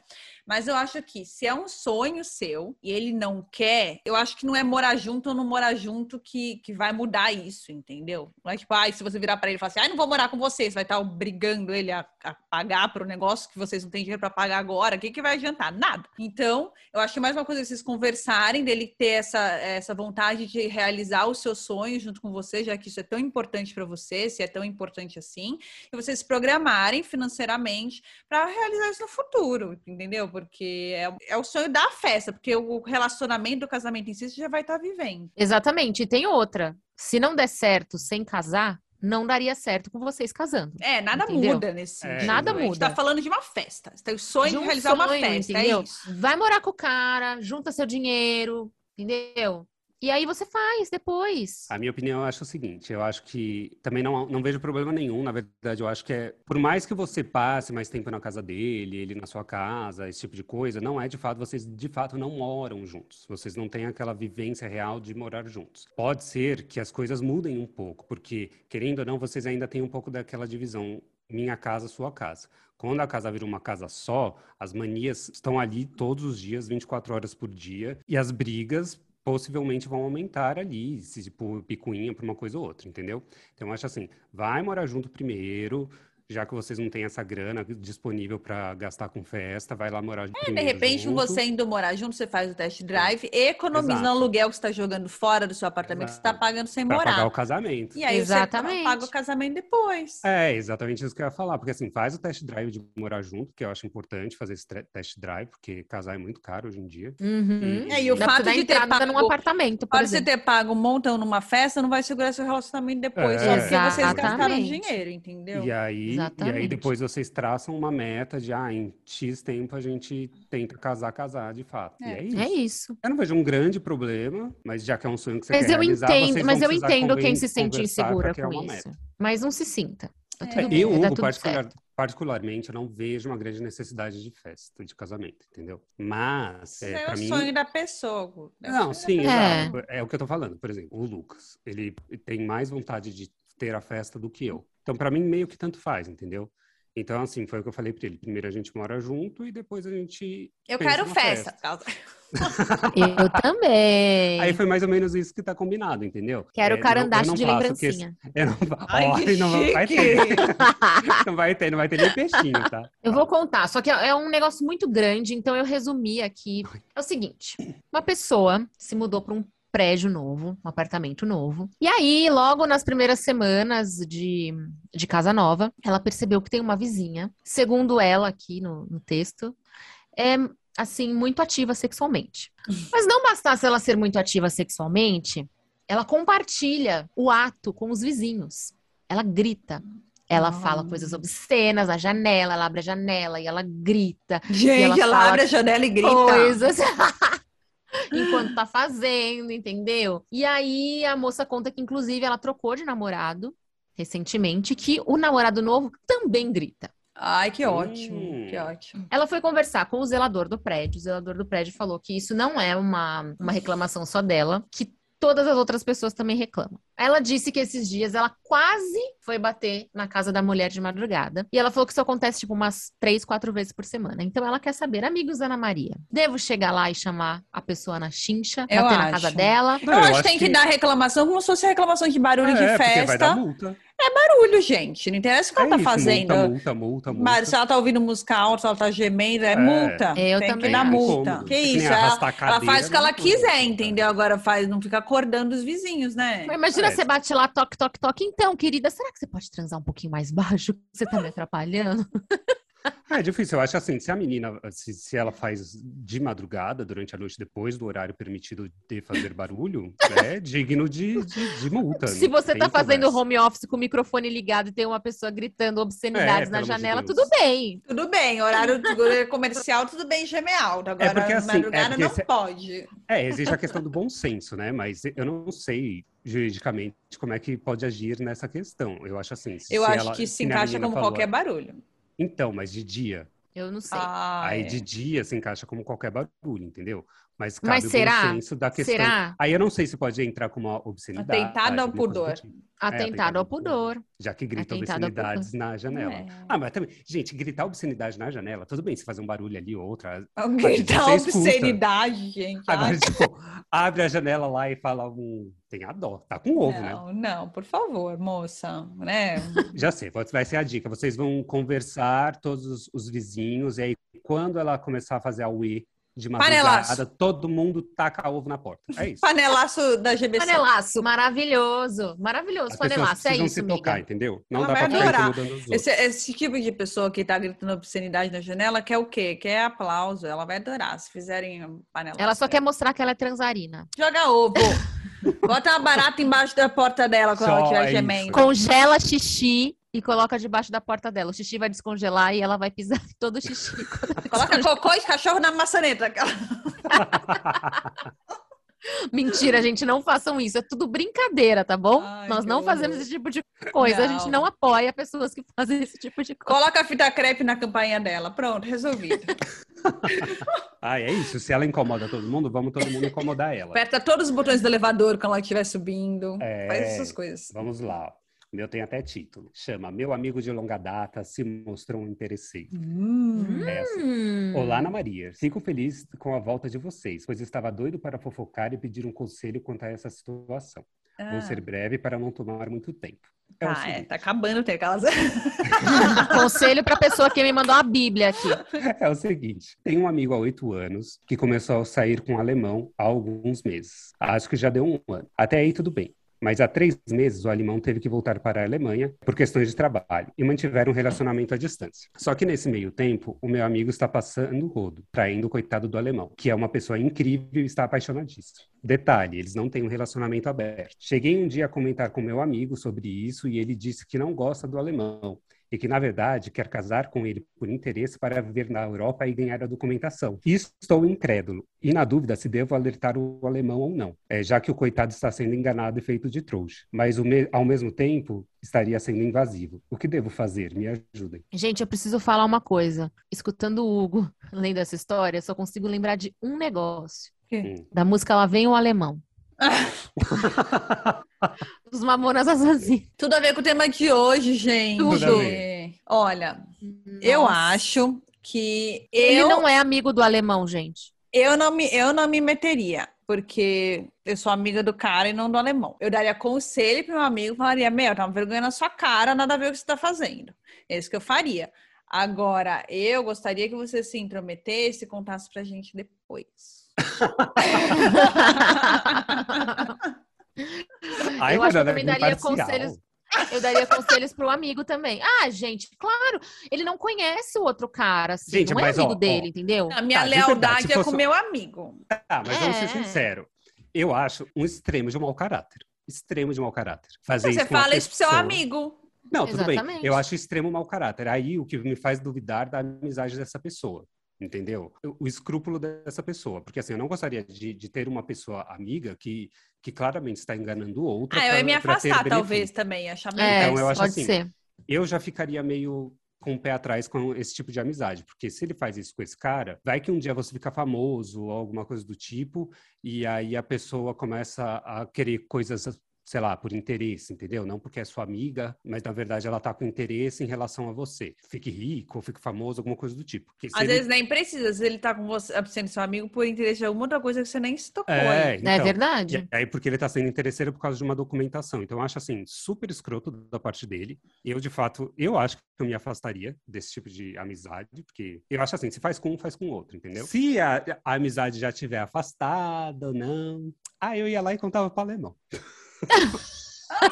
B: Mas eu acho que se é um sonho seu e ele não quer, eu acho que não é morar junto ou não morar junto que, que vai mudar isso, entendeu? Não é tipo, ai, se você virar pra ele e falar assim, ai, não vou morar com vocês, vai estar obrigando ele a, a pagar pro negócio que vocês não têm dinheiro pra pagar agora, o que, que vai adiantar? Nada. Então, eu acho que mais uma coisa é vocês conversarem, dele ter essa, essa vontade de realizar o seu sonho junto com você, já que isso é tão importante pra você, se é tão importante assim, e vocês se programarem financeiramente para realizar isso no futuro, entendeu? Porque é, é o sonho da festa, porque o relacionamento do casamento em si você já vai estar vivendo.
A: Exatamente. E tem outra. Se não der certo sem casar, não daria certo com vocês casando.
B: É, nada
A: Entendeu? É,
B: muda nesse sentido.
A: Nada
B: A gente tá
A: muda.
B: falando de uma festa. Você tem o sonho de,
A: um
B: realizar uma
A: sonho,
B: festa,
A: entendeu?
B: é isso.
A: Vai morar com o cara, junta seu dinheiro, entendeu? E aí você faz depois.
C: A minha opinião, eu acho o seguinte, eu acho que também não, não vejo problema nenhum, na verdade, eu acho que é, por mais que você passe mais tempo na casa dele, ele na sua casa, esse tipo de coisa, não é de fato, vocês de fato não moram juntos, vocês não têm aquela vivência real de morar juntos. Pode ser que as coisas mudem um pouco, porque, querendo ou não, vocês ainda têm um pouco daquela divisão minha casa, sua casa. Quando a casa vira uma casa só, as manias estão ali todos os dias, 24 horas por dia, e as brigas possivelmente vão aumentar ali, se por picuinha para uma coisa ou outra, entendeu? Então eu acho assim, vai morar junto primeiro, já que vocês não têm essa grana disponível para gastar com festa, vai lá morar junto.
B: É, De repente, você indo morar junto, você faz o test drive, economiza
C: Exato.
B: no aluguel que você está jogando fora do seu apartamento, que você está
C: Exato.
B: pagando sem
C: para pagar
B: morar.
C: o casamento.
B: E aí você
A: Exatamente.
B: paga o casamento depois.
C: É, exatamente isso que eu ia falar, porque assim, faz o test drive de morar junto, que eu acho importante fazer esse tre- test drive, porque casar é muito caro hoje em dia.
A: Uhum.
C: É,
B: e o
A: Dá pra
B: fato
A: dar
B: de ter
A: entrada
B: pago-
A: num apartamento, por
B: Para você
A: exemplo.
B: ter pago um montão numa festa, não vai segurar seu relacionamento depois,
C: É.
B: só porque vocês gastaram
A: Exatamente.
B: dinheiro, entendeu?
C: E aí E aí
A: Exatamente.
C: depois vocês traçam uma meta de, ah, em X tempo a gente tenta casar, casar, de fato. E
B: É.
C: é isso.
A: É isso.
C: Eu não vejo um grande problema, mas já que é um sonho que você
A: Mas
C: quer
A: eu
C: realizar,
A: entendo,
C: vocês
A: mas
C: vão
A: eu
C: precisar
A: entendo quem
C: conven-
A: se sente
C: conversar pra
A: insegura
C: criar
A: com
C: uma
A: isso.
C: meta.
A: Mas não se sinta. Tá
B: É.
A: tudo bem,
C: Eu,
A: vai dar
C: Hugo,
A: tudo
C: particular-
A: certo.
C: particularmente, eu não vejo uma grande necessidade de festa, de casamento, entendeu? Mas,
B: Isso é,
C: é,
B: o
C: pra mim...
B: sonho da pessoa. Gu. É o sonho
C: Não, sim,
B: da
A: É.
C: exato. É o que eu tô falando. Por exemplo, o Lucas, ele tem mais vontade de ter a festa do que eu. Então, pra mim, meio que tanto faz, entendeu? Então, assim, foi o que eu falei pra ele. Primeiro a gente mora junto e depois a gente...
D: Eu
C: pensa
D: quero
C: na
D: festa.
B: pessoa.
A: Eu também.
C: Aí foi mais ou menos isso que tá combinado, entendeu?
A: É. Quero
C: É,
A: o
C: não-
A: carandache
C: eu não
A: de
C: faço que-
A: lembrancinha.
C: eu não fa-
B: Ai, que
C: Olha, não vai- vai ter.
B: chique!
C: Não vai ter, não vai ter nem peixinho, tá?
A: Eu vou contar, só que é é um negócio muito grande, então eu resumi aqui. É o seguinte: uma pessoa se mudou para um prédio novo, um apartamento novo. E aí, logo nas primeiras semanas de, de casa nova, ela percebeu que tem uma vizinha, segundo ela aqui no, no texto, é assim, muito ativa sexualmente. Mas não bastasse ela ser muito ativa sexualmente, ela compartilha o ato com os vizinhos. Ela grita. Ela fala coisas obscenas na janela, ela abre a janela e ela grita
B: Gente, ela,
A: ela fala
B: abre a janela e grita.
A: coisas. Enquanto tá fazendo, entendeu? E aí a moça conta que, inclusive, ela trocou de namorado recentemente, que o namorado novo também grita.
B: Ai, que ótimo,
C: Hum.
B: que ótimo.
A: Ela foi conversar com o zelador do prédio. O zelador do prédio falou que isso não é uma, uma reclamação só dela, que todas as outras pessoas também reclamam. Ela disse que esses dias ela quase foi bater na casa da mulher de madrugada. E ela falou que isso acontece, tipo, umas três, quatro vezes por semana. Então ela quer saber, amigos da Ana Maria, devo chegar lá e chamar a pessoa na chincha,
B: Eu
A: bater
B: acho.
A: na casa dela?
B: Eu, acho que tem que, dar reclamação como se fosse reclamação de barulho
C: é,
B: de
C: porque Vai dar
B: festa.
C: multa.
B: Barulho, gente. Não interessa o que
C: É
B: ela tá
C: isso,
B: fazendo.
C: Multa, multa, multa, multa.
B: Mas se ela tá ouvindo música alta, se ela tá gemendo, é,
C: É.
B: multa.
A: Eu
B: tem que
A: também
B: dar
A: acho.
B: multa.
C: Incômodo.
B: Que
C: É nem
B: isso, ela,
C: arrastar a
B: ela
C: cadeira,
B: faz o que ela
C: não é né? pode.
B: quiser, entendeu? Agora faz, não fica acordando os vizinhos, né?
A: Mas Imagina,
C: É.
A: você bate lá, toque, toque, toque. Então, querida, será que você pode transar um pouquinho mais baixo? Você tá me atrapalhando?
C: É difícil, eu acho assim, se a menina, se, se ela faz de madrugada, durante a noite, depois do horário permitido de fazer barulho, é digno de, de, de multa.
A: Se
C: não
A: você tá
C: tem
A: fazendo
C: conversa.
A: home office com o microfone ligado e tem uma pessoa gritando obscenidades
C: É,
A: na
C: pelo amor de
A: janela,
C: Deus.
A: tudo bem.
B: Tudo bem, horário comercial, tudo bem, gemer alto. Agora,
C: É porque assim, é
B: madrugada
C: porque
B: não
C: se-
B: pode.
C: É, existe a questão do bom senso, né? Mas eu não sei juridicamente como é que pode agir nessa questão. Eu acho assim.
B: Eu acho
C: ela-
B: que isso se
C: nem a
B: encaixa
C: menina
B: como
C: falou.
B: qualquer barulho.
C: Então, mas de dia.
A: Eu não sei.
B: Ah,
C: aí
B: é.
C: de dia se encaixa como qualquer barulho, entendeu? Mas cabe
A: Mas
C: o
A: será?
C: bom senso da questão.
A: Será
C: Aí eu não sei se pode entrar com uma obscenidade.
B: Atentado ao
C: alguma coisa do
B: pudor.
C: tipo.
A: atentado ao
C: atentado.
A: pudor?
C: Já que grita
A: Atentado ao
C: obscenidades na janela.
B: É.
C: Ah, mas também, gente, gritar obscenidade na janela, tudo bem, se fazer um barulho ali ou outra.
B: Alguém
C: Você
B: dá
C: escuta.
B: obscenidade, gente. Ai,
C: Agora, tipo, abre a janela lá e fala um. Tem a dó, tá com ovo, né?
B: não, não, por favor, moça, né?
C: Já sei, vai- vai ser a dica. Vocês vão conversar, todos os, os vizinhos, e aí quando ela começar a fazer a UE de madrugada,
B: Panelaço.
C: todo mundo taca ovo na porta. É isso.
B: Panelaço da GBC.
A: Panelaço, maravilhoso. Maravilhoso,
C: As pessoas
A: panelaço. É
C: precisam
A: isso,
C: se tocar,
A: amiga.
C: entendeu? Não
B: Ela
C: dá
B: vai
C: pra ficar
B: adorar.
C: incomodando os outros.
B: Esse, esse tipo de pessoa que tá gritando obscenidade na janela quer o quê? Quer aplauso. Ela vai adorar se fizerem um panelaço.
A: Ela só quer mostrar que ela é transarina.
B: Joga ovo. Bota uma barata embaixo da porta dela quando
C: Só
B: ela
C: é
B: tiver
C: isso.
B: gemendo.
A: Congela xixi e coloca debaixo da porta dela. O xixi vai descongelar e ela vai pisar em todo o xixi.
B: Coloca cocô e cachorro na maçaneta.
A: Mentira, gente, não façam isso. É tudo brincadeira, tá bom?
B: Ai,
A: Nós
B: que
A: não
B: horror.
A: fazemos esse tipo de coisa. A gente
B: Não.
A: não apoia pessoas que fazem esse tipo de coisa.
B: Coloca a fita crepe na campainha dela. Pronto, resolvido.
C: Ah, é isso. Se ela incomoda todo mundo, vamos todo mundo incomodar ela.
B: Aperta todos os botões do elevador quando ela estiver subindo.
C: É.
B: Faz essas coisas.
C: Vamos lá. O meu tem até título. Chama Meu amigo de longa data se mostrou um interesseiro. É assim.
A: Hum.
C: Olá, Ana Maria. Fico feliz com a volta de vocês, pois estava doido para fofocar e pedir um conselho quanto a essa situação. Vou
B: Ah,
C: ser breve para não tomar muito tempo. É o
B: tá, é,
C: seguinte-
B: tá acabando tem aquelas.
A: Conselho pra pessoa que me mandou a Bíblia aqui.
C: É o seguinte, tem um amigo há oito anos que começou a sair com um alemão há alguns meses. Acho que já deu um ano. Até aí tudo bem. Mas há três meses o alemão teve que voltar para a Alemanha por questões de trabalho e mantiveram um relacionamento à distância. Só que nesse meio tempo, o meu amigo está passando o rodo, traindo o coitado do alemão, que é uma pessoa incrível e está apaixonadíssimo. Detalhe, eles não têm um relacionamento aberto. Cheguei um dia a comentar com meu amigo sobre isso e ele disse que não gosta do alemão e que, na verdade, quer casar com ele por interesse para viver na Europa e ganhar a documentação. E estou incrédulo, e na dúvida se devo alertar o alemão ou não, é, já que o coitado está sendo enganado e feito de trouxa. Mas, me ao mesmo tempo, estaria sendo invasivo. O que devo fazer? Me ajudem.
A: Gente, eu preciso falar uma coisa. Escutando o Hugo lendo essa história, eu só consigo lembrar de um negócio.
C: Hum.
B: Que?
A: Da música Lá Vem o Alemão. Os Mamonas Assassinas.
B: Tudo a ver com o tema de hoje, gente.
A: Tudo.
C: Tudo a ver.
B: Olha, eu
A: Hum, Nossa.
B: acho que
A: Ele
B: eu
A: não é amigo do alemão, gente.
B: Eu não me, eu não me meteria, porque eu sou amiga do cara e não do alemão. Eu daria conselho pro meu amigo, falaria, meu, tá uma vergonha na sua cara, nada a ver o que você tá fazendo. É isso que eu faria. Agora, eu gostaria que você se intrometesse e contasse pra gente depois.
A: Eu acho que eu também
C: bem
A: daria
C: parcial.
A: conselhos- Eu daria conselhos pro amigo também. Ah, gente, claro, ele não conhece o outro cara, assim,
C: Gente,
A: não é
C: mas, ó,
A: amigo
C: ó.
A: dele, entendeu?
B: A minha
C: Tá, de verdade,
B: lealdade
C: se
B: é
C: fosse-
B: com meu amigo.
C: Tá, mas vamos
A: É.
C: ser sinceros. Eu acho um extremo de mau caráter. Extremo de mau caráter. Fazer
B: Você
C: isso com uma
B: fala isso pro seu
C: pessoa-
B: amigo.
C: Não, tudo bem.
A: Exatamente.
C: Eu acho extremo mau caráter. Aí o que me faz duvidar da amizade dessa pessoa. Entendeu? O- O escrúpulo dessa pessoa. Porque assim, eu não gostaria de, de ter uma pessoa amiga que, que claramente está enganando outra.
B: Ah, eu ia
C: pra-
B: me
C: pra ter
B: afastar,
C: benefício.
B: talvez, também. Achar meio
A: É,
C: Então, eu acho
A: pode
C: assim,
A: ser.
C: eu já ficaria meio com o pé atrás com esse tipo de amizade, porque se ele faz isso com esse cara, vai que um dia você fica famoso ou alguma coisa do tipo, e aí a pessoa começa a querer coisas, sei lá, por interesse, entendeu? Não porque é sua amiga, mas na verdade ela tá com interesse em relação a você. Fique rico, fique famoso, alguma coisa do tipo. Porque se
B: Às
C: ele-
B: vezes nem precisa, às vezes ele tá com você, sendo seu amigo por interesse de alguma outra coisa que você nem se tocou. ainda.
C: é, então,
A: é verdade.
C: E aí, porque ele tá sendo interesseiro por causa de uma documentação. Então, eu acho, assim, super escroto da parte dele. Eu, de fato, eu acho que eu me afastaria desse tipo de amizade, porque eu acho assim, se faz com um, faz com o outro, entendeu? Se a, a amizade já tiver afastada ou não, aí eu ia lá e contava pra alemão.
B: Manda uma
C: Porque eu acho Ah,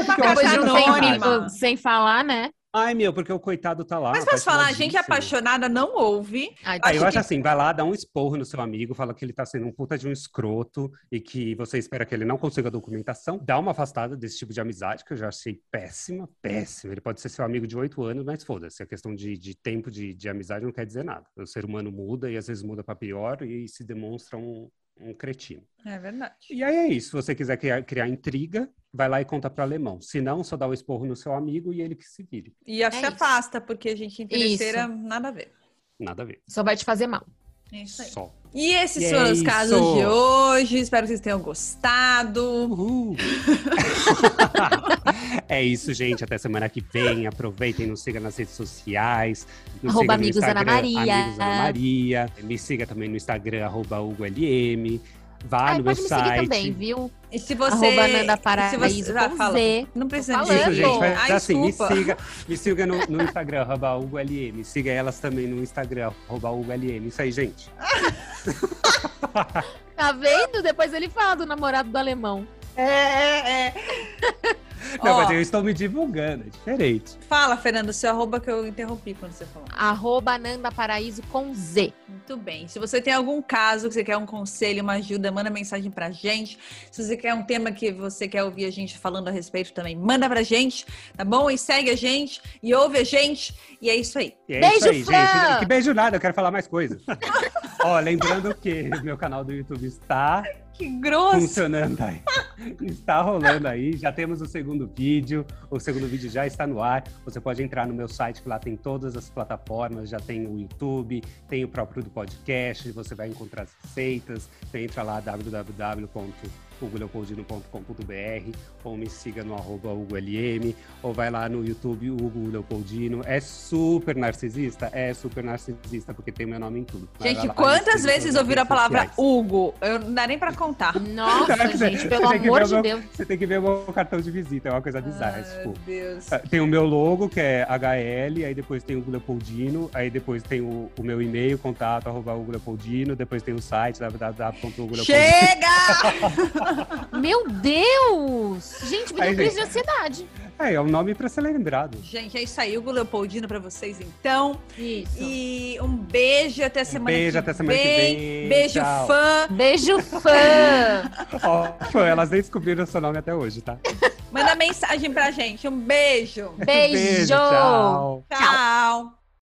B: carta
A: Depois de um tempo
B: anônima.
A: sem falar, né?
C: Ai, meu, porque o coitado tá lá.
B: Mas posso falar, a gente é
C: apaixonado.
B: apaixonada não ouve.
A: Ai,
C: Ah, eu
A: desculpa.
C: acho assim, vai lá, dá um esporro no seu amigo, fala que ele tá sendo um puta de um escroto e que você espera que ele não consiga a documentação. Dá uma afastada desse tipo de amizade, que eu já achei péssima, péssima. Ele pode ser seu amigo de oito anos, mas foda-se. A questão de, de tempo de, de amizade não quer dizer nada. O ser humano muda e às vezes muda pra pior e se demonstra um, um cretino.
B: É verdade.
C: E aí é isso. Se você quiser criar, criar intriga, vai lá e conta pra alemão. Se não, só dá o esporro no seu amigo e ele que se vire.
B: E a que
A: É
B: se
A: isso.
B: afasta, porque a gente interesseira, nada a ver.
C: Nada a ver.
A: Só vai te fazer mal.
B: É isso aí.
C: Só.
B: E esses
C: E é
B: foram os casos
C: isso.
B: de hoje. Espero que vocês tenham gostado.
C: Uhul. é isso, gente. Até semana que vem. Aproveitem, nos siga nas redes sociais. Nos
A: Arroba
C: siga
A: Amigos Ana Maria. É.
C: Amigos Ana Maria. Me siga também no Instagram, arroba HugoLM. Vá
A: Ai,
C: no meu
A: pode me seguir
C: site.
A: também, viu?
B: E se
A: Arroba
B: você.
A: Nanda
B: se
A: Paraíso
B: você já
A: com
B: fala.
A: Z.
B: Não precisa
A: Tô
B: dizer.
C: Isso,
A: falando.
C: gente. Mas,
B: Ai,
C: assim, me
B: desculpa.
C: siga, me siga no, no Instagram, arroba HugoLM. Siga elas também no Instagram, arroba HugoLM. Isso aí, gente.
A: Tá vendo? Depois ele fala do namorado do alemão.
B: É, é, é.
C: Não,
B: Ó,
C: mas eu estou me divulgando, é diferente.
B: Fala, Fernando, seu arroba que eu interrompi quando você falou.
A: Arroba Nanda Paraíso com Z.
B: Muito bem. Se você tem algum caso que você quer um conselho, uma ajuda, manda mensagem pra gente. Se você quer um tema que você quer ouvir a gente falando a respeito também, manda pra gente, tá bom? E segue a gente e ouve a gente. E é isso aí.
C: E é
A: Beijo,
C: isso aí,
A: Fran!
C: gente. Que beijo nada, eu quero falar mais coisas. Ó, lembrando que meu canal do YouTube está
B: Que grosso!
C: funcionando aí. Está rolando aí. Já temos o segundo vídeo. O segundo vídeo já está no ar. Você pode entrar no meu site, que lá tem todas as plataformas. Já tem o YouTube, tem o próprio do podcast. Você vai encontrar as receitas. Você entra lá, www.hugoleopoldino.com.br ou me siga no arroba HugoLM ou vai lá no YouTube Hugo Leopoldino. É super narcisista? É super narcisista, porque tem meu nome em tudo. Mas vai
B: Gente,
C: lá, me
B: quantas
C: siga
B: vezes
C: nas
B: ouviram a
C: redes
B: palavra
C: sociais.
B: Hugo? Eu não dá nem pra contar.
A: Nossa,
C: Caraca,
A: gente,
C: você
A: pelo
C: tem que
A: amor
C: ver
A: de
C: o meu-
A: Deus.
C: Você tem que ver o meu cartão de visita, é uma coisa bizarra. tipo,
B: Deus.
C: ah, tem o meu logo, que é HL, aí depois tem o Leopoldino, aí depois tem o, o meu e-mail, contato, arroba Hugo Leopoldino, depois tem o site, www.hugoleopoldino.
B: Chega!
A: Meu Deus! Gente, me deu
C: Aí,
A: crise de ansiedade.
C: É, é um nome pra ser lembrado.
B: Gente, é isso aí. Hugo Leopoldino pra vocês, então.
A: Isso.
B: E um beijo e até semana
C: beijo,
B: que
C: até semana que vem.
B: Beijo,
C: Tchau.
B: fã.
A: Beijo, fã!
C: Ó, fã, elas nem descobriram o seu nome até hoje, tá?
B: Manda mensagem pra gente. Um beijo.
A: Beijo!
C: Beijo, tchau.
B: Tchau.